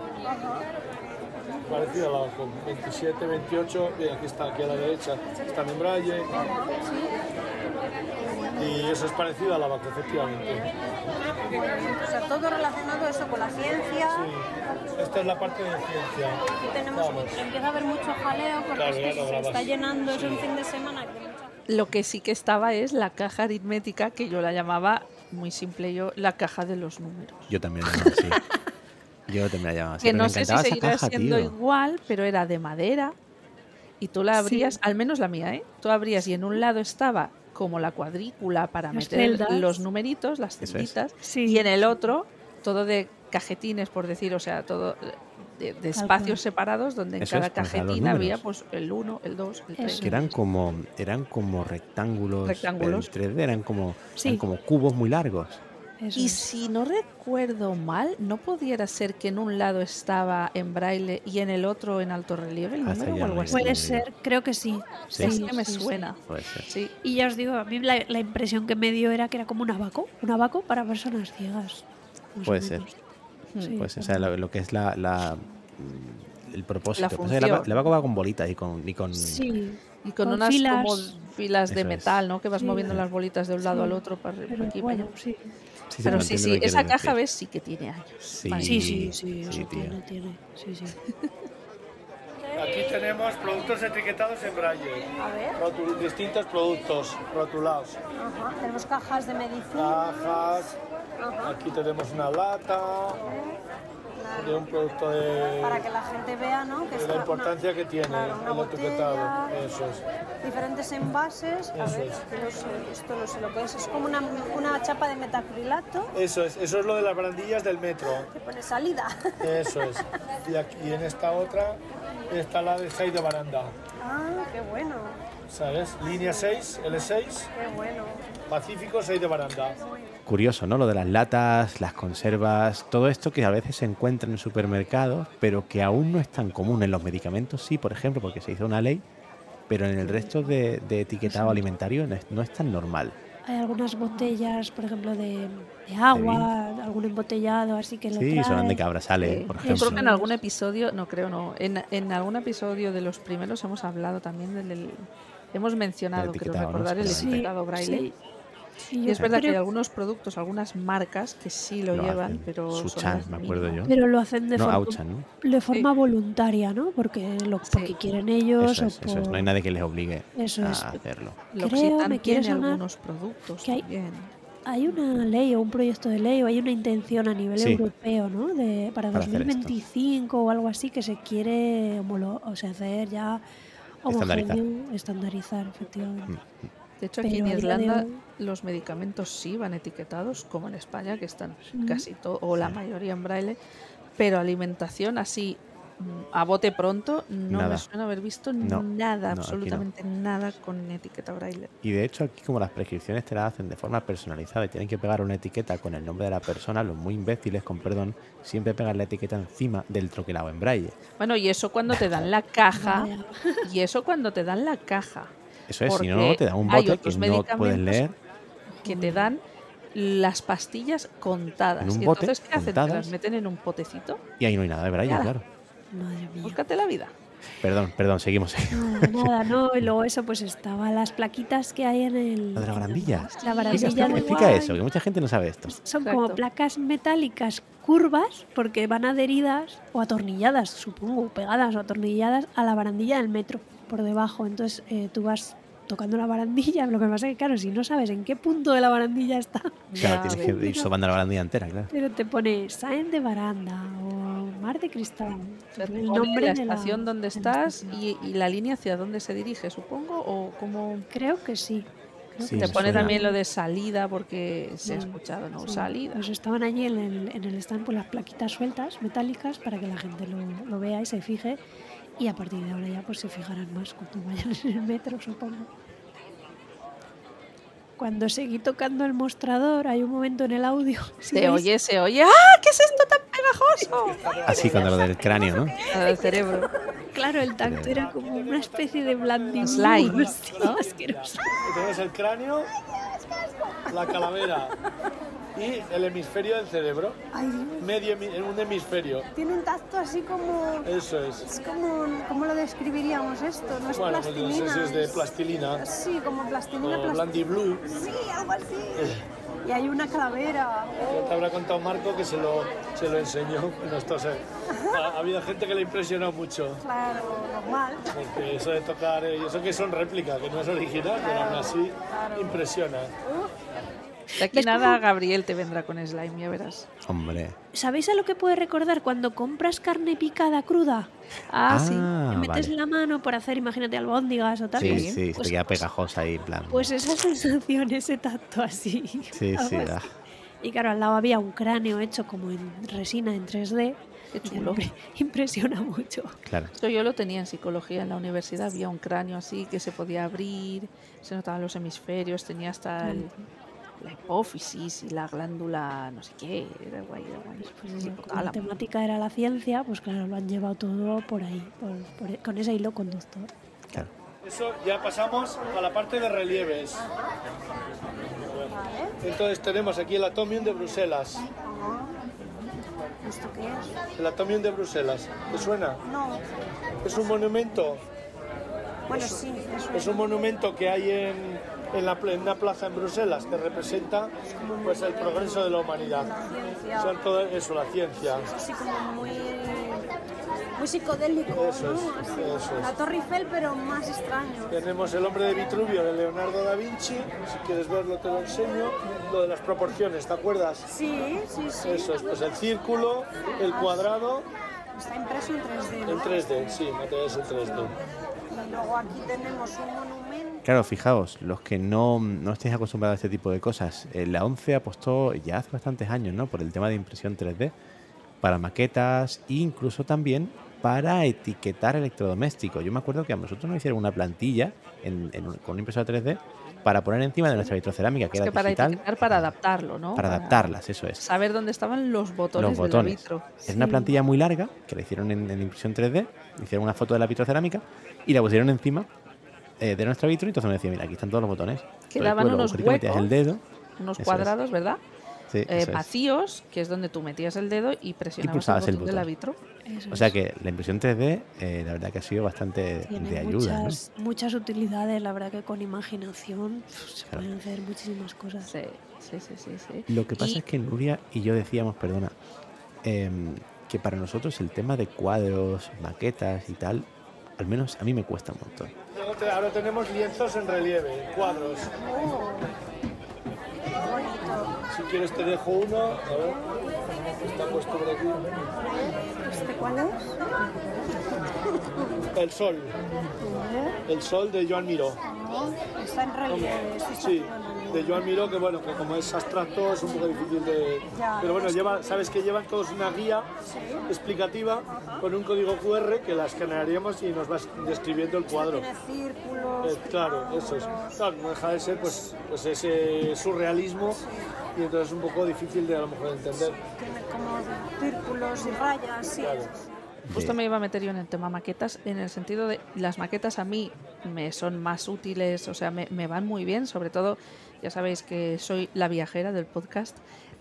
Parecido al abaco. 27, 28, bien, aquí está, aquí a la derecha, están en braille. Y eso es parecido al abaco, efectivamente.
O sea, todo relacionado eso con la ciencia.
Sí. Esta es la parte de ciencia.
Aquí tenemos,
Vamos.
empieza a haber mucho jaleo porque
Claro,
es que
ya lo
se está
grabas.
llenando, es un fin de semana que mucha-
Lo que sí que estaba es la caja aritmética, que yo la llamaba, muy simple yo, la caja de los números.
Yo también la llamaba así. Yo también la llamaba así.
que
pero me
no sé si
encantaba esa
seguirá
caja,
siendo
tío.
igual, pero era de madera. Y tú la abrías, al menos la mía, ¿eh? Tú abrías y en un lado estaba como la cuadrícula para
Las
meter
celdas.
los numeritos, las
Eso es.
celditas.
Sí.
Y en el otro, todo de cajetines, por decir, o sea, todo de, de
cual.
espacios separados donde en
Eso
cada
es, pues, a los
cajetina había
números.
pues el 1, el 2, el
Eso
3.
Que eran como, eran como rectángulos,
Rectángulos.
en 3D, eran como,
Sí.
eran como cubos muy largos.
Eso
Y
es.
si no recuerdo mal, ¿no pudiera ser que en un lado estaba en braille y en el otro en alto relieve el
Ah,
número
ya
o algo
no
así?
recuerdo.
Puede ser, creo que sí.
Sí.
Es que me
sí, sí.
suena.
Puede ser.
Sí.
Y ya os digo, a mí la, la impresión que me dio era que era como un abaco, un abaco para personas ciegas. más o
Puede ser.
menos.
Mm.
Sí,
Pues, o
pero-
sea, lo, lo que es la, la, mm, el propósito.
La
Pasa que la va-
función.
la vaca va con bolitas y con, y con
Sí,
Y con,
Con
unas
filas.
como filas de
Eso es.
metal, ¿no? Que vas
Sí.
moviendo las bolitas de un lado
Sí.
al otro para
pero
arriba, aquí para
bueno,
allá.
sí.
sí,
Pero
me
sí,
entiendo
sí,
lo que
esa
quieres
caja
decir.
ves sí que tiene años.
Sí,
Vale, sí, sí, sí,
sí,
eso
tío.
tiene, tiene. Sí, sí.
Aquí tenemos productos etiquetados en braille.
A ver,
Rotul- distintos productos rotulados.
ajá, tenemos cajas de medicina.
Ah, Cajas,
Ajá.
aquí tenemos una lata de un producto de,
para que la gente vea ¿no? que
de
está
la
una-
importancia que tiene
claro, una
el etiquetado.
botella,
Eso es.
diferentes envases. A
Eso
ver,
es.
que no sé, esto no sé lo que es. Es como una, una chapa de metacrilato
Eso es, eso es lo de las barandillas del metro.
que pone salida.
Eso es. Y aquí y en esta otra está la de 6 de baranda.
ah, qué bueno,
¿Sabes? Línea 6, L6,
qué bueno.
Pacífico 6 de baranda.
Curioso, ¿no? Lo de las latas, las conservas, todo esto que a veces se encuentra en supermercados, pero que aún no es tan común. En los medicamentos sí, por ejemplo, porque se hizo una ley, pero en el resto de, de etiquetado alimentario no es, no es tan normal.
Hay algunas botellas, por ejemplo, de, de agua, algún embotellado, así que lo
Sí, son de
trae.
cabra sale, por
Eh, Yo creo que en
ejemplo.
algún episodio, no creo, no, en, en algún episodio de los primeros hemos hablado también del, del- Hemos mencionado, creo
etiquetado, ¿no?
recordar, el
Sí,
etiquetado braille.
Sí,
Y
yo
es verdad que
creo-
hay algunos productos, algunas marcas que sí lo,
Lo
llevan,
hacen.
pero. son
Suchan,
las
me acuerdo
mínimas.
yo.
Pero lo hacen de
No,
forma,
Auchan, ¿no?
de forma voluntaria, ¿no? Porque lo
Sí.
porque quieren ellos
Eso
o
es, eso es.
por-
No hay nadie que les obligue
Eso
a
es.
hacerlo.
La
Creo,
Occitan
me quiere
tiene
sonar
algunos productos
que hay-
también.
Hay una ley o un proyecto de ley o hay una intención a nivel
Sí.
europeo, ¿no? De, para,
Para hacer esto.
2025 o algo así que se quiere homolo- o sea, hacer ya
Estandarizar. Mm.
homogéneo, estandarizar, efectivamente.
De hecho, aquí en
Pero a día de
Irlanda
hoy-
los medicamentos sí van etiquetados, como en España, que están
Ujú.
casi todo, o la mayoría en braille, pero alimentación así mm, a bote pronto no
Nada.
me suena haber visto
No, no,
nada,
aquí no.
absolutamente nada con etiqueta braille.
Y de hecho aquí como las prescripciones te las hacen de forma personalizada y tienen que pegar una etiqueta con el nombre de la persona, los muy imbéciles, con perdón, siempre pegan la etiqueta encima del troquelado en braille.
Bueno, y eso cuando te dan la caja,
Vaya.
y eso cuando te dan la caja,
Eso es, si no,
Porque
te dan un
hay
bote que
otros
no puedes
medicamentos
leer.
que te dan las pastillas contadas.
En un
Y
bote,
entonces, ¿qué hacen? Te
contadas.
las meten en un potecito.
Y ahí no hay nada de braille,
Nada.
claro.
Madre mía.
Búscate la vida.
Perdón, perdón, seguimos.
Nada, nada, no. Y luego eso, pues estaba las plaquitas que hay en el.
Lo de la barandilla.
La
Explica,
barandilla
explica,
de
explica
guay.
eso, que mucha gente no sabe esto.
Son como
Exacto.
placas metálicas curvas porque van adheridas o atornilladas, supongo, pegadas o atornilladas a la barandilla del metro por debajo. Entonces eh, tú vas tocando la barandilla, lo que pasa es que claro, si no sabes en qué punto de la barandilla está,
Claro,
Ya
tienes
ves.
que ir sobando la barandilla entera, claro.
pero te pone Saen de Baranda o Mar de Cristal. te
Te
pone el
pone
nombre
la
de
estación donde
de la
estás
estación.
y, y la línea hacia dónde se dirige, supongo, o cómo...
Creo que sí. creo que
Sí, me
Te
sí.
pone
suena.
también lo de salida porque se ha
Sí,
escuchado, ¿no?
Sí,
Salida.
pues estaban allí en el, en el stand pues, las plaquitas sueltas, metálicas, para que la gente lo, lo vea y se fije. Y a partir de ahora ya pues se fijarán más cuando vayan en el metro, supongo. Cuando seguí tocando el mostrador, hay un momento en el audio. si
Se
veis,
oye, se oye. ¡Ah! ¿Qué es esto tan pegajoso?
Así, cuando lo del cráneo, ¿no?
El cerebro.
Claro, el tacto era como una especie de blandín.
Slime.
Sí,
¿no?
asqueroso.
Y Tenemos el cráneo, la calavera y el hemisferio del cerebro.
Ay, Dios.
Medio, hemi- un hemisferio,
Tiene un tacto así como...
eso es.
Es como... un- ¿Cómo lo describiríamos esto? No es
Bueno, pues no
plastilina.
sé si es de
es-
plastilina
Sí, como plastilina,
o
plastilina.
Blandy Blue.
Sí, algo así. Y hay una calavera.
Ya te habrá contado Marco que se lo, se lo enseñó. Bueno, esto se- ha, ha habido gente que le ha impresionado mucho.
Claro, normal.
Porque eso de tocar, eh, y eso que son réplica, que no es original, pero aún así impresiona.
De aquí nada, Gabriel te vendrá con slime, ya verás.
Hombre.
¿Sabéis a lo que puede recordar cuando compras carne picada cruda?
Ah, sí.
Le metes
vale.
la mano por hacer, imagínate, albóndigas o tal.
Sí,
pues-
sí, se
pues-
te queda pegajosa ahí, en plan.
Pues esa sensación, ese tacto así.
sí,
algo
sí,
así.
ah,
Y claro, al lado había un cráneo hecho como en resina en 3D.
Qué chulo.
Impre- Impresiona mucho.
claro.
Esto yo lo tenía en psicología en la universidad. Había un cráneo así que se podía abrir, se notaban los hemisferios, tenía hasta el- la hipófisis y la glándula, no sé qué. Era guay, era guay.
Pues eso, como la
Hipotálamo.
temática era la ciencia, pues claro, lo han llevado todo por ahí, por- por- e, con ese hilo conductor.
claro.
Eso ya pasamos a la parte de relieves. Entonces tenemos aquí el Atomium de Bruselas.
¿Esto qué es?
El Atomium de Bruselas. ¿Te suena?
No.
Es un monumento.
Bueno, sí, eso
Es un monumento que hay en, en la, pla- en una plaza en Bruselas que representa pues, el progreso de la humanidad.
ciencia.
Son todo eso, la ciencia.
así como muy, muy psicodélico,
Eso es,
¿no? Así,
eso es.
La Torre Eiffel, pero más extraño.
Tenemos el hombre de Vitruvio de Leonardo da Vinci. Si quieres verlo, te lo enseño. Lo de las proporciones, ¿te acuerdas?
Sí, sí, sí.
Eso es, pues el círculo, el cuadrado
Está impreso en 3D.
en
¿no?
3D. Sí, materiales en 3D.
Y luego aquí tenemos un monumento.
Claro, fijaos, los que no, no estéis acostumbrados a este tipo de cosas, eh, la 11 apostó ya hace bastantes años, ¿no? Por el tema de impresión 3D, para maquetas e incluso también para etiquetar electrodomésticos. Yo me acuerdo que a nosotros nos hicieron una plantilla en- en un- con una impresora 3D para poner encima de nuestra vitrocerámica, que
Es
era
que para
digital,
etiquetar, para adaptarlo, ¿no?
para adaptarlas, eso es.
Saber dónde estaban los botones,
los
del
botones.
vitro.
Es una plantilla muy larga que la hicieron en, en impresión 3D, hicieron una foto de la vitrocerámica y la pusieron encima eh, de nuestra vitro y entonces me decía, mira, aquí están todos los botones.
Quedaban
Recuerdo,
unos
un poquito metías
huecos.
el dedo.
Unos
Eso es.
cuadrados, ¿verdad?
Sí,
eh,
eso es.
vacíos, que es donde tú metías el dedo y presionabas
pulsabas el
el botón del
botón.
árbitro.
Eso
O sea
es.
que la impresión 3D, eh, la verdad que ha sido bastante
Tiene
de ayuda. ¿no?
muchas, muchas utilidades, la verdad que con imaginación pf, se
Claro.
pueden hacer muchísimas cosas.
Sí, sí, sí, sí. sí.
Lo que pasa
Y-
es que Nuria y yo decíamos, perdona, em, que para nosotros el tema de cuadros, maquetas y tal, al menos a mí me cuesta un montón.
Luego te- Ahora tenemos lienzos en relieve, cuadros. Si quieres te dejo uno. A ver, está puesto por aquí. El sol. El sol de Joan Miró.
Está en relieve, sí, está
Sí,
plano,
de Joan Miró, que bueno, que como es abstracto es un poco difícil de...
Ya.
Pero bueno, lleva, sabes que llevan todos una guía explicativa con un código QR que la escanearíamos y nos vas describiendo el cuadro.
Tiene círculos.
Eh, claro, eso es. Claro, no deja de ser pues, pues ese surrealismo y entonces es un poco difícil de a lo mejor entender.
Tiene como círculos y rayas, sí.
Claro.
Justo
De-
me iba a meter yo en el tema maquetas, en el sentido de las maquetas a mí me son más útiles, o sea, me, me van muy bien, sobre todo, ya sabéis que soy la viajera del podcast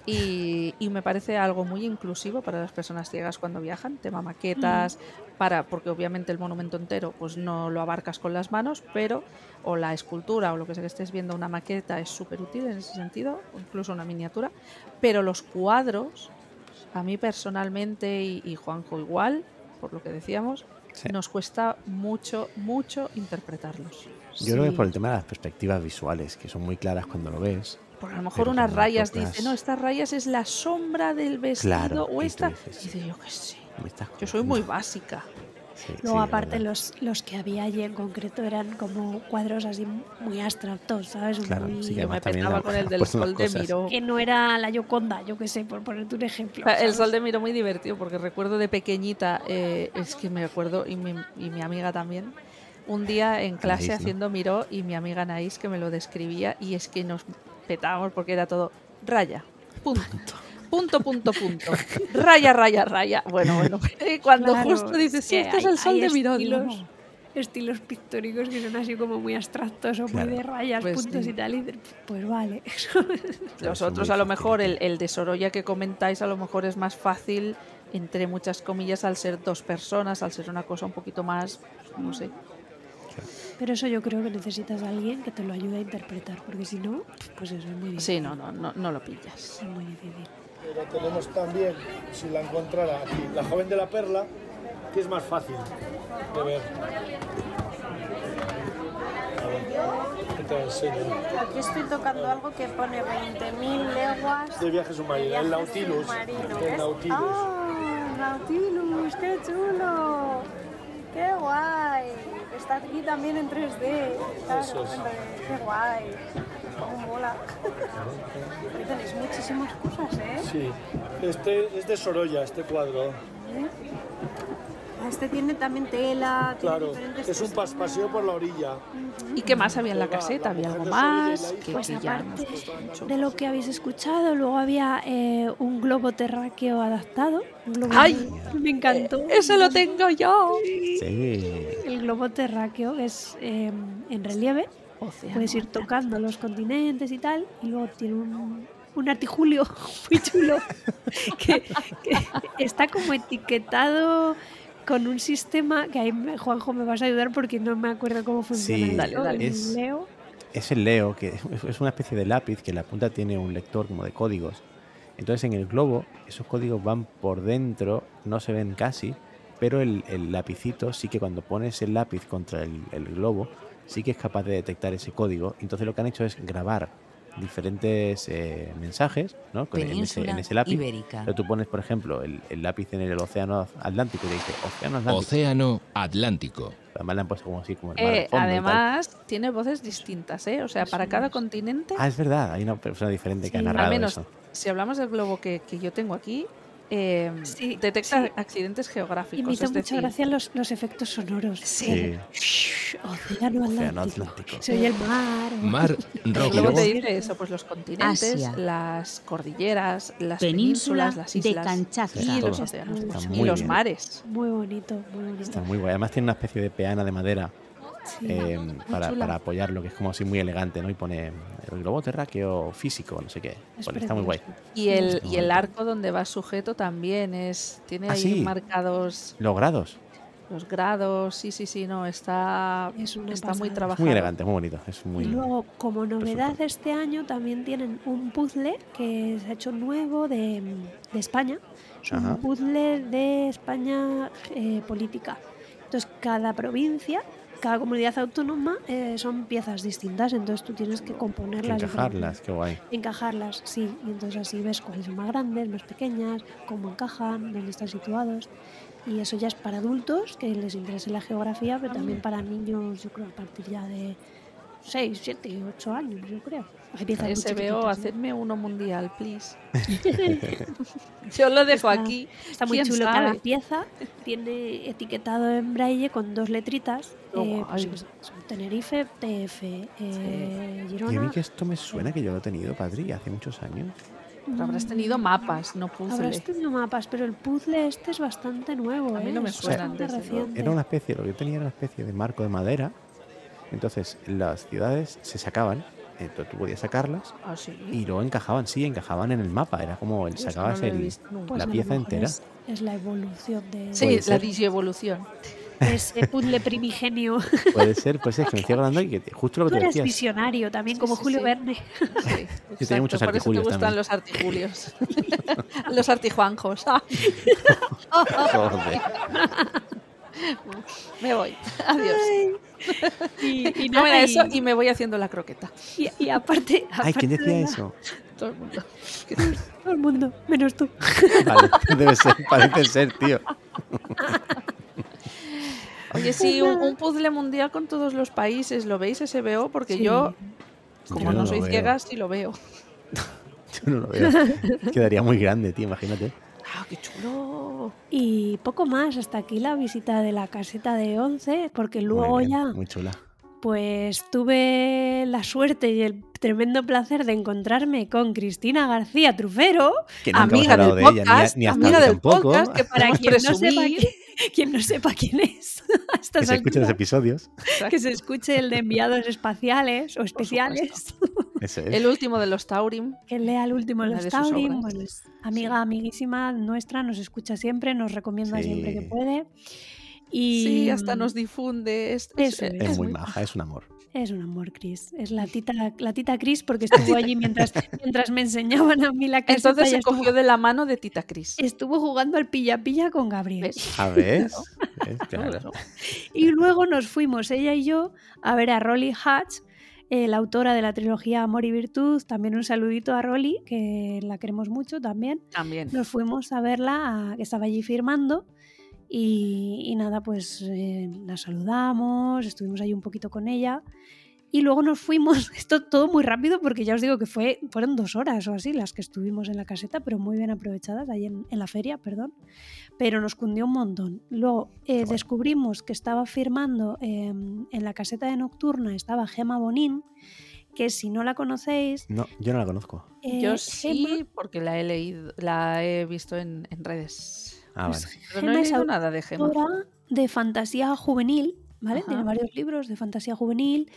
y, y me parece algo muy inclusivo para las personas ciegas cuando viajan, tema maquetas, para, porque obviamente el monumento entero pues no lo abarcas con las manos, pero o la escultura o lo que sea que estés viendo, una maqueta es súper útil en ese sentido, o incluso una miniatura, pero los cuadros a mí personalmente y, y Juanjo igual, por lo que decíamos,
Sí.
nos cuesta mucho, mucho interpretarlos.
Yo creo que
Sí,
es por el tema de las perspectivas visuales, que son muy claras cuando lo ves.
porque a lo
pero
mejor unas
cuando
rayas
tocas-
dice, no, estas rayas es la sombra del vestido
Claro,
o
y tú
esta.
dices,
Y dice, yo qué sé,
me estás
yo soy muy
jodiendo".
básica.
Sí,
Luego,
sí,
aparte,
la verdad.
los, los que había allí en concreto eran como cuadros así muy abstractos, ¿sabes?
Claro,
Muy-
sí, que
Yo
además
me
también
petaba
la-
con el del
pues unas
sol de
cosas.
Miró.
que no era la Yoconda, yo qué sé, por ponerte un ejemplo.
O sea, El
¿sabes?
sol de Miro muy divertido, porque recuerdo de pequeñita, eh, es que me acuerdo, y mi, y mi amiga también, un día en clase
Anaís, ¿no?
haciendo Miro y mi amiga Anaís que me lo describía y es que nos petábamos porque era todo raya, punto. Punto, punto, punto. Raya, raya, raya. Bueno, bueno. Y cuando
Claro,
justo dices,
es
sí,
que
esto es
hay-
el sol
hay
de Miró. digo,
estilos,
"No".
estilos pictóricos que son así como muy abstractos o
Claro.
muy de rayas,
Pues
puntos
sí.
y tal. Y dices, pues vale.
Claro,
Los
son
otros,
muy
a lo mejor, el,
facilitas.
el de Sorolla que comentáis, a lo mejor es más fácil, entre muchas comillas, al ser dos personas, al ser una cosa un poquito más, no sé,
Pero eso yo creo que necesitas a alguien que te lo ayude a interpretar, porque si no, pues eso es muy difícil.
Sí, no, no, no, no lo pillas.
Es muy difícil.
Pero tenemos también, si la encontrara aquí, la joven de la perla, que es más fácil de ver. A ver, ¿qué te enseño?
Aquí estoy tocando algo que pone 20.000 leguas
De viaje submarino, el
viaje
Nautilus.
submarino.
El
¿Ves?
Nautilus.
¡Ah, Nautilus! ¡Qué chulo! ¡Qué guay! Está aquí también en 3D. Claro,
Eso es.
hombre, ¡Qué guay! ¡Cómo mola! Aquí tenéis muchísimas cosas, ¿eh?
Sí, este es de Sorolla, este cuadro.
Ah, Este tiene también tela, tiene
Claro,
diferentes
es un pas-
texturas.
paseo por la orilla.
¿Y qué más había en la
Venga,
caseta?
la
¿Había
mujer
algo
de Sevilla y
más?
la hija.
Que,
Pues
que ya
aparte
nos costó mucho.
de lo que habéis escuchado, luego había eh, un globo terráqueo adaptado. un globo-
¡Ay!
Me encantó.
¡Eso lo tengo yo!
Sí.
El globo terráqueo es eh, en relieve. Puedes ir tocando los continentes y tal. Y luego tiene un, un artijulio muy chulo que, que está como etiquetado con un sistema que ahí me- Juanjo me vas a ayudar porque no me acuerdo cómo funciona.
Sí,
Dale, dale.
es-
Leo.
Es el Leo, que es- es una especie de lápiz que en la punta tiene un lector como de códigos. Entonces en el globo esos códigos van por dentro, no se ven casi, pero el, el lapicito sí que cuando pones el lápiz contra el, el globo sí que es capaz de detectar ese código. Entonces lo que han hecho es grabar diferentes eh, mensajes ¿no? Con- en, ese,
Península
en ese lápiz.
Ibérica.
Pero tú pones, por ejemplo, el, el lápiz en el océano Atlántico y te dice océano Atlántico.
Océano Atlántico.
Además le han puesto como así, como el mar de
Eh,
fondo y tal.
además, tiene voces distintas, ¿eh? O sea, para cada continente,
Ah, es verdad, hay una persona diferente que ha
Sí. Al
narrado
al menos,
eso.
si hablamos del globo que, que yo tengo aquí, eh,
Sí,
detecta
sí.
accidentes
Y
geográficos.
me hizo
es
mucha
decir,
gracia los, los efectos sonoros.
Sí.
Shhh, Océano
Océano
Atlántico.
Atlántico.
Soy el mar.
Mar
el globo te
Rojo.
dice eso, pues los continentes,
Asia.
las cordilleras, las
Península
penínsulas, las
de
islas
Kamchatka.
y los
Todo.
océanos pues,
Está
y
muy
los
bien.
mares.
Muy bonito, muy bonito.
Está muy guay. Además tiene una especie de peana de madera eh, para, para apoyar lo que es como así muy elegante, ¿no? Y pone el globo terráqueo físico, no sé qué. Pone, está muy guay.
Y el, y el arco donde va sujeto también es. Tiene
Ah,
ahí
sí.
marcados
Los grados.
los grados. Sí, sí, sí, no. Está,
Es una
está muy
pasada.
Es
trabajado.
muy elegante, es muy bonito. Es muy...
Y luego, como novedad
resulta.
este año, también tienen un puzzle que se ha hecho nuevo de, de España. Es un
Ajá.
puzzle de España eh, política. Entonces, cada provincia, cada comunidad autónoma eh, son piezas distintas, entonces tú tienes que
que
componerlas.
encajarlas,
diferentes.
qué guay.
Encajarlas, sí. Y entonces así ves cuáles son más grandes, más pequeñas, cómo encajan, dónde están situados. Y eso ya es para adultos que les interese la geografía, pero también para niños, yo creo, a partir ya de 6, 7, 8 años, yo creo. Hay piezas muy
SBO,
chiquititas, ¿no?
hacedme uno mundial, please. Yo lo dejo
Está-
aquí.
Está muy
¿Quién
chulo. Cada
sabe?
pieza tiene etiquetado en braille con dos letritas.
Qué
eh, pues
guay.
yo qué sé, son Tenerife, TF, eh,
Y a mí
Girona.
que esto me suena que yo lo he tenido, Patri, hace muchos años.
Pero habrás tenido mapas, no puzzles.
Habrás tenido mapas, pero el puzzle este es bastante nuevo.
A mí no
¿eh?
me
Es
suena,
bastante
desde luego.
reciente.
Era una especie, lo que yo tenía era una especie de marco de madera. Entonces las ciudades se sacaban, entonces tú podías sacarlas
Ah, sí.
y luego encajaban, sí, encajaban en el mapa. Era como el,
Yo es que
sacabas
no lo he
el,
visto nunca.
Pues
la
a lo
pieza
mejor
entera.
Es, es la evolución de,
Sí,
puede
la
ser.
digievolución.
de ese puzzle primigenio.
Puede ser, puede ser que me estoy acordando y que te- justo lo que
Tú
te
eres
decías.
visionario también,
Sí,
como
sí,
Julio
sí.
Verne.
Sí, exacto,
tenía
Por
muchos
eso te
artijulios
gustan
también.
los artijulios. los artijuanjos. Ah,
Joder.
me voy. Adiós.
Y, y
No me
nada,
da eso
y-
y me voy haciendo la croqueta.
y- y aparte,
Ay,
aparte
¿quién
de
decía
la-
eso?
Todo el mundo.
Todo el mundo, menos tú.
Vale, debe ser, parece ser, tío.
Oye, sí, un, un puzzle mundial con todos los países. ¿Lo veis SBO? Porque yo, como
Yo
no,
no lo
soy
veo.
ciega, sí lo veo.
Yo no lo veo. Quedaría muy grande, tío, imagínate.
¡Ah, qué chulo!
Y poco más, hasta aquí la visita de la caseta de Once, porque
Muy
luego
bien,
ya
Muy chula.
pues tuve la suerte y el tremendo placer de encontrarme con Cristina García Trufero,
Que nunca hemos
amiga
hablado
del
de ella, ni a-
podcast,
ni, hasta
amiga
ahora
del
tampoco.
podcast, que
para
podemos
quien no, sepa,
presumir.
qui- quien no sepa quién es, a estas
que se escuchen
alturas,
los episodios.
que se escuche el de enviados espaciales o especiales,
Eso es.
El último de los Taurim.
que lea el último de
Una
los
de sus
Taurin,
obras.
bueno, es amiga, amiguísima nuestra, nos escucha siempre, nos recomienda siempre que
Sí.
puede. Y
Sí, hasta nos difunde. Es, eh,
Eso es.
Es, muy maja, es un amor.
Es un amor, Cris. Es la tita, la tita Cris porque estuvo allí mientras, mientras me enseñaban a mí la caseta.
Entonces
y
se
estuvo,
cogió de la mano de Tita Cris.
estuvo jugando al pilla-pilla con Gabriel.
¿Ves?
A ver. ¿Ves? Claro.
Y luego nos fuimos, ella y yo, a ver a Rolly Hatch, eh, la autora de la trilogía Amor y Virtud. También un saludito a Rolly, que la queremos mucho también.
También.
Nos fuimos a verla, a- que estaba allí firmando. Y, y nada, pues eh, la saludamos, estuvimos ahí un poquito con ella. Y luego nos fuimos, esto todo muy rápido porque ya os digo que fue, fueron dos horas o así las que estuvimos en la caseta, pero muy bien aprovechadas ahí en, en la feria, perdón. Pero nos cundió un montón. Luego eh,
guay.
descubrimos que estaba firmando eh, en la caseta de Nocturna, estaba Gema Bonín, que si no la conocéis...
No, yo no la conozco.
eh,
Yo
Gema-
sí, porque la he leído, la he visto en, en redes.
Ah,
Pues
vale.
Pero
Gemma
no he
es
leído
au-
nada de Gemma.
autora de fantasía juvenil, ¿vale?
Ajá.
Tiene varios libros de fantasía juvenil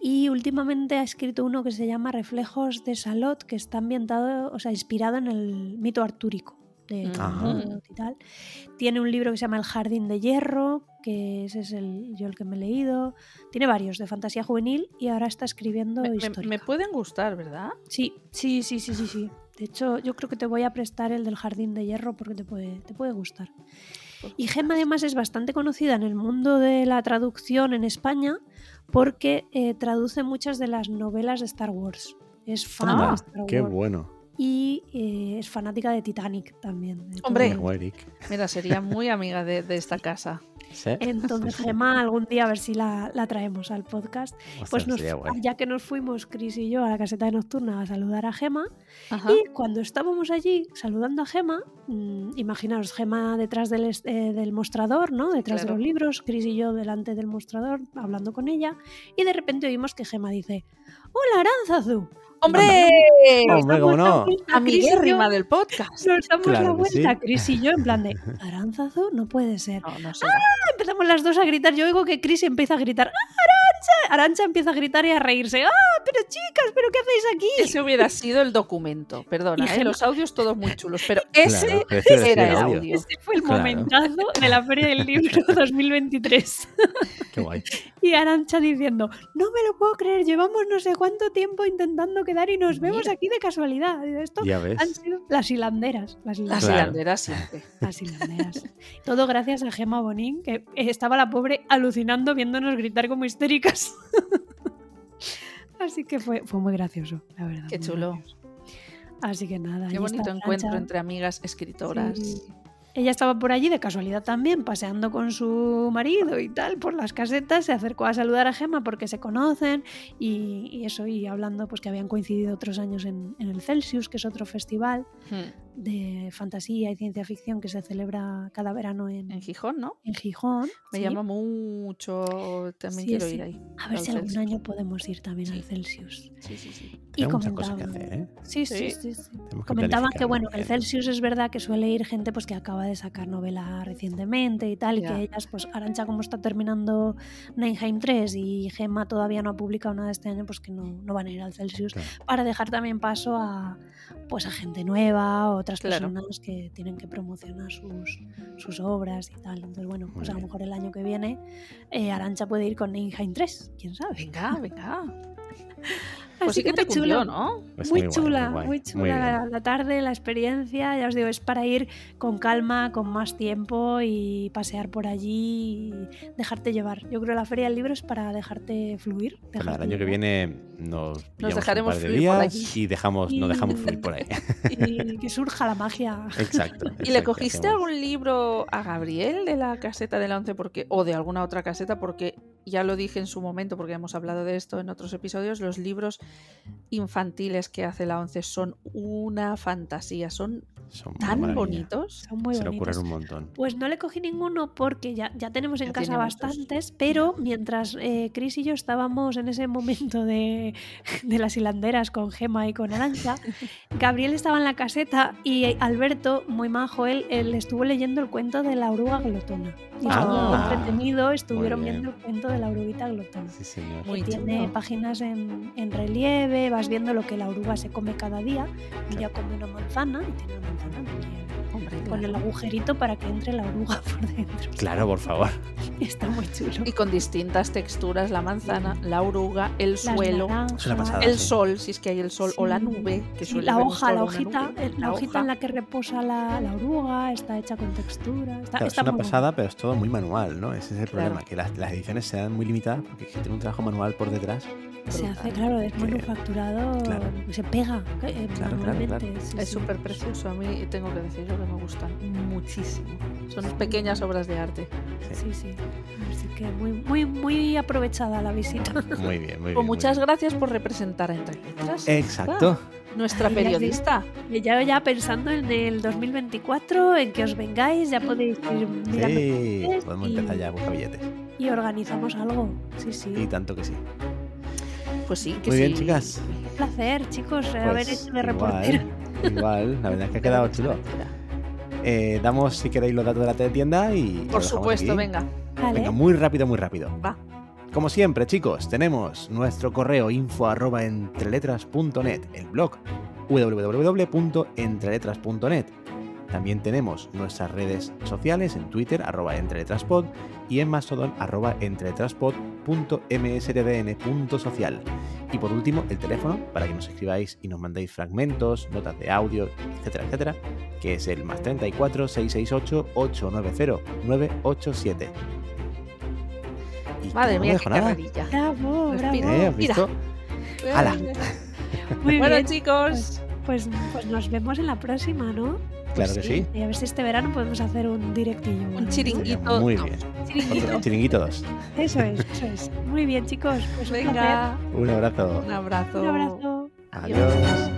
y últimamente ha escrito uno que se llama Reflejos de Salot, que está ambientado, o sea, inspirado en el mito artúrico
Mm.
de
Ajá.
Salot y tal. Tiene un libro que se llama El Jardín de Hierro, que ese es el, yo el que me he leído. Tiene varios de fantasía juvenil y ahora está escribiendo
Me, me-
histórica.
me pueden gustar, ¿verdad?
Sí, sí, sí, sí, sí, sí. De hecho, yo creo que te voy a prestar el del jardín de hierro porque te puede, te puede gustar. Y Gemma además es bastante conocida en el mundo de la traducción en España porque eh, traduce muchas de las novelas de Star Wars. Es fan
Anda,
de Star Wars.
qué bueno.
Y eh, es fanática de Titanic también. de todo
Hombre.
Qué
el-
guay, Eric.
Mira, sería muy amiga de, de esta casa.
Sí.
Eh, Entonces, Gemma, algún día a ver si la, la traemos al podcast.
Ostras,
Pues nos-
sería guay.
ya que nos fuimos, Chris y yo, a la caseta de nocturna a saludar a Gemma,
Ajá.
Y cuando estábamos allí saludando a Gema, mm, imaginaos Gema detrás del, es- eh, del mostrador, ¿no? Detrás
Claro.
de los libros, Chris y yo delante del mostrador hablando con ella, y de repente oímos que Gema dice, ¡Hola, Aranzazu!
¡Hombre!
Hombre, cómo no.
Amiguérrima del podcast.
Nos damos
Claro
la
que sí.
vuelta, Cris y yo, en plan de Aranzazu, no puede ser. Ah,
No, no será.
Empezamos las dos a gritar. Yo oigo que Cris empieza a gritar ¡Ah, Arancha! Arancha empieza a gritar y a reírse. ¡Ah, pero chicas, pero qué hacéis aquí!
Ese hubiera sido el documento, perdona, ¿eh?
Gemma.
los audios todos muy chulos, pero ese
Claro, pero este era
era
el
el
audio.
audio.
Este fue el
Claro.
momentazo de la Feria del Libro 2023.
Qué guay.
Y Arancha diciendo, no me lo puedo creer, llevamos no sé cuánto tiempo intentando quedar y nos vemos aquí de casualidad. Y Esto
Ya
han
ves.
sido las hilanderas. Las hilanderas.
Las
Claro.
hilanderas siempre.
Las hilanderas. Todo gracias a Gemma Bonín, que estaba la pobre alucinando viéndonos gritar como histéricas. Así que fue, fue muy gracioso, la verdad.
Qué
muy
chulo.
gracioso. Así que nada. ahí
Qué bonito
está
encuentro
Arancha.
entre amigas escritoras.
Sí. Ella estaba por allí de casualidad también, paseando con su marido y tal, por las casetas, se acercó a saludar a Gemma porque se conocen y, y eso, y hablando pues que habían coincidido otros años en, en el Celsius, que es otro festival
Hmm.
de fantasía y ciencia ficción que se celebra cada verano en,
En Gijón, ¿no?
en Gijón. Sí.
Me llama mucho. También
Sí,
quiero
sí.
ir ahí.
A ver
al
si algún
Celsius.
año podemos ir también
Sí.
al Celsius.
Sí, sí, sí.
Tenemos muchas
comentaba-
cosas que hacer, ¿eh?
Sí, sí,
Sí.
sí. sí.
Tenemos
Pues
que
Comentaban que
planificarlo
bueno, que el
bien.
Celsius es verdad que suele ir gente pues que acaba de sacar novela recientemente y tal, y
Ya.
que ellas, pues Arancha como está terminando Neinheim 3 y Gemma todavía no ha publicado nada este año, pues que no, no van a ir al Celsius
Claro.
para dejar también paso a pues a gente nueva, otras
Claro.
personas que tienen que promocionar sus, sus obras y tal. Entonces, bueno,
Muy
pues a lo
bien.
mejor el año que viene eh, Arancha puede ir con Neinheim 3, quién sabe.
Venga, venga. Pues
Así
sí que te
muy chulo.
cumplió, ¿no?
Pues
muy,
guay,
chula,
guay,
muy chula,
bien.
la, la tarde, la experiencia, ya os digo, es para ir con calma, con más tiempo y pasear por allí y dejarte llevar. Yo creo que la feria del libro es para dejarte fluir.
Pues nada,
dejarte
el año que
llevar.
viene nos, pillamos
dejaremos
un par de
fluir por
días
allí.
y dejamos, nos dejamos fluir por ahí.
Y que surja la magia.
Exacto.
¿Y le
exacto,
cogiste
hacemos-
algún libro a Gabriel de la caseta de la once porque, o de alguna otra caseta? Porque ya lo dije en su momento, porque hemos hablado de esto en otros episodios, los libros infantiles que hace la once son una fantasía, son
Son una
tan
maravilla.
bonitos.
Son muy
Se le ocurren
bonitos.
un montón.
Pues no le cogí ninguno porque ya, ya tenemos en
Ya
casa
tiene muchos.
bastantes, pero mientras eh, Chris y yo estábamos en ese momento de, de las hilanderas con Gema y con Aranza, Gabriel estaba en la caseta y Alberto, muy majo, él, él estuvo leyendo el cuento de la oruga glotona. Y
Ah,
estuvo entretenido, estuvieron
bien.
viendo el cuento de la oruguita glotona.
Sí, señor.
Muy
Que tiene
chulo.
páginas en, en relieve, vas viendo lo que la oruga se come cada día. Ella come una manzana y tiene una manzana en relieve
Hombre,
con el
claro.
agujerito para que entre la oruga por dentro.
Claro, por favor.
Está muy chulo.
Y con distintas texturas, la manzana, la oruga, el
Las
suelo,
naranjas,
Es una pasada.
el
Sí.
sol, si es que hay el sol, o la
Sí.
nube, que
sí,
suele
la
haber un
hoja,
sol
la
o una
hojita,
nube.
el- la, hojita en la que reposa la, la oruga, está hecha con textura. Está,
Claro, es
está
una
muy
pasada, pero es todo muy manual, ¿no? Ese es el
Claro.
problema, que las, las ediciones se dan muy limitadas porque es que tiene un trabajo manual por detrás.
bueno. Se hace,
brutal.
claro, es
Que-
manufacturado,
claro.
se pega eh,
Claro, claro,
manualmente.
claro.
sí,
Es
sí.
súper precioso, a mí tengo que decirlo que me gustan muchísimo. Son pequeñas obras de arte.
Sí, sí. Así que muy, muy, muy aprovechada la visita.
Muy bien, muy bien.
Pues
muy
muchas
bien. Eh,
gracias por representar a Entre Letras.
Exacto.
Nuestra
Ay, ya sé.
periodista.
Y Ya, ya pensando en el 2024, en que os vengáis, ya podéis ir mirando
Sí,
billetes
podemos
y-
empezar ya a buscar billetes.
y organizamos algo. Sí, sí.
Y tanto que sí.
Pues sí, que
Muy bien,
sí.
chicas.
placer, chicos, eh,
Pues,
haber hecho este de reportero.
igual, igual, la verdad es que ha quedado chulo. Eh, damos, si queréis, los datos de la teletienda y. lo
Por
dejamos
supuesto,
aquí.
venga.
Vale.
Venga, muy rápido, muy rápido.
Va.
Como siempre, chicos, tenemos nuestro correo info arroba entreletras.net, el blog www.entreletras.net. También tenemos nuestras redes sociales en Twitter, arroba entreletraspod, y en Mastodon, arroba entreletraspod.msdn.social. Y por último, el teléfono para que nos escribáis y nos mandéis fragmentos, notas de audio, etcétera, etcétera, que es el más 34 668 890 987. Y
Madre
que no
mía,
dejo
qué
nada.
carrerilla.
Bravo,
Respira.
bravo.
¿Eh? ¿Has
Mira. Pues
visto? Ala.
Muy
Bueno,
bien.
chicos.
Pues, pues nos vemos en la próxima, ¿no? Pues
Claro que sí.
Y a ver si este verano podemos hacer un directillo.
Un
chiringuito.
Chiringuito
Sería Muy
dos.
bien.
Chiringuito.
Otro chiringuito 2.
Eso es, eso es. Muy bien, chicos. Pues un placer.
Venga.
Un abrazo.
Un abrazo.
Un abrazo.
Adiós.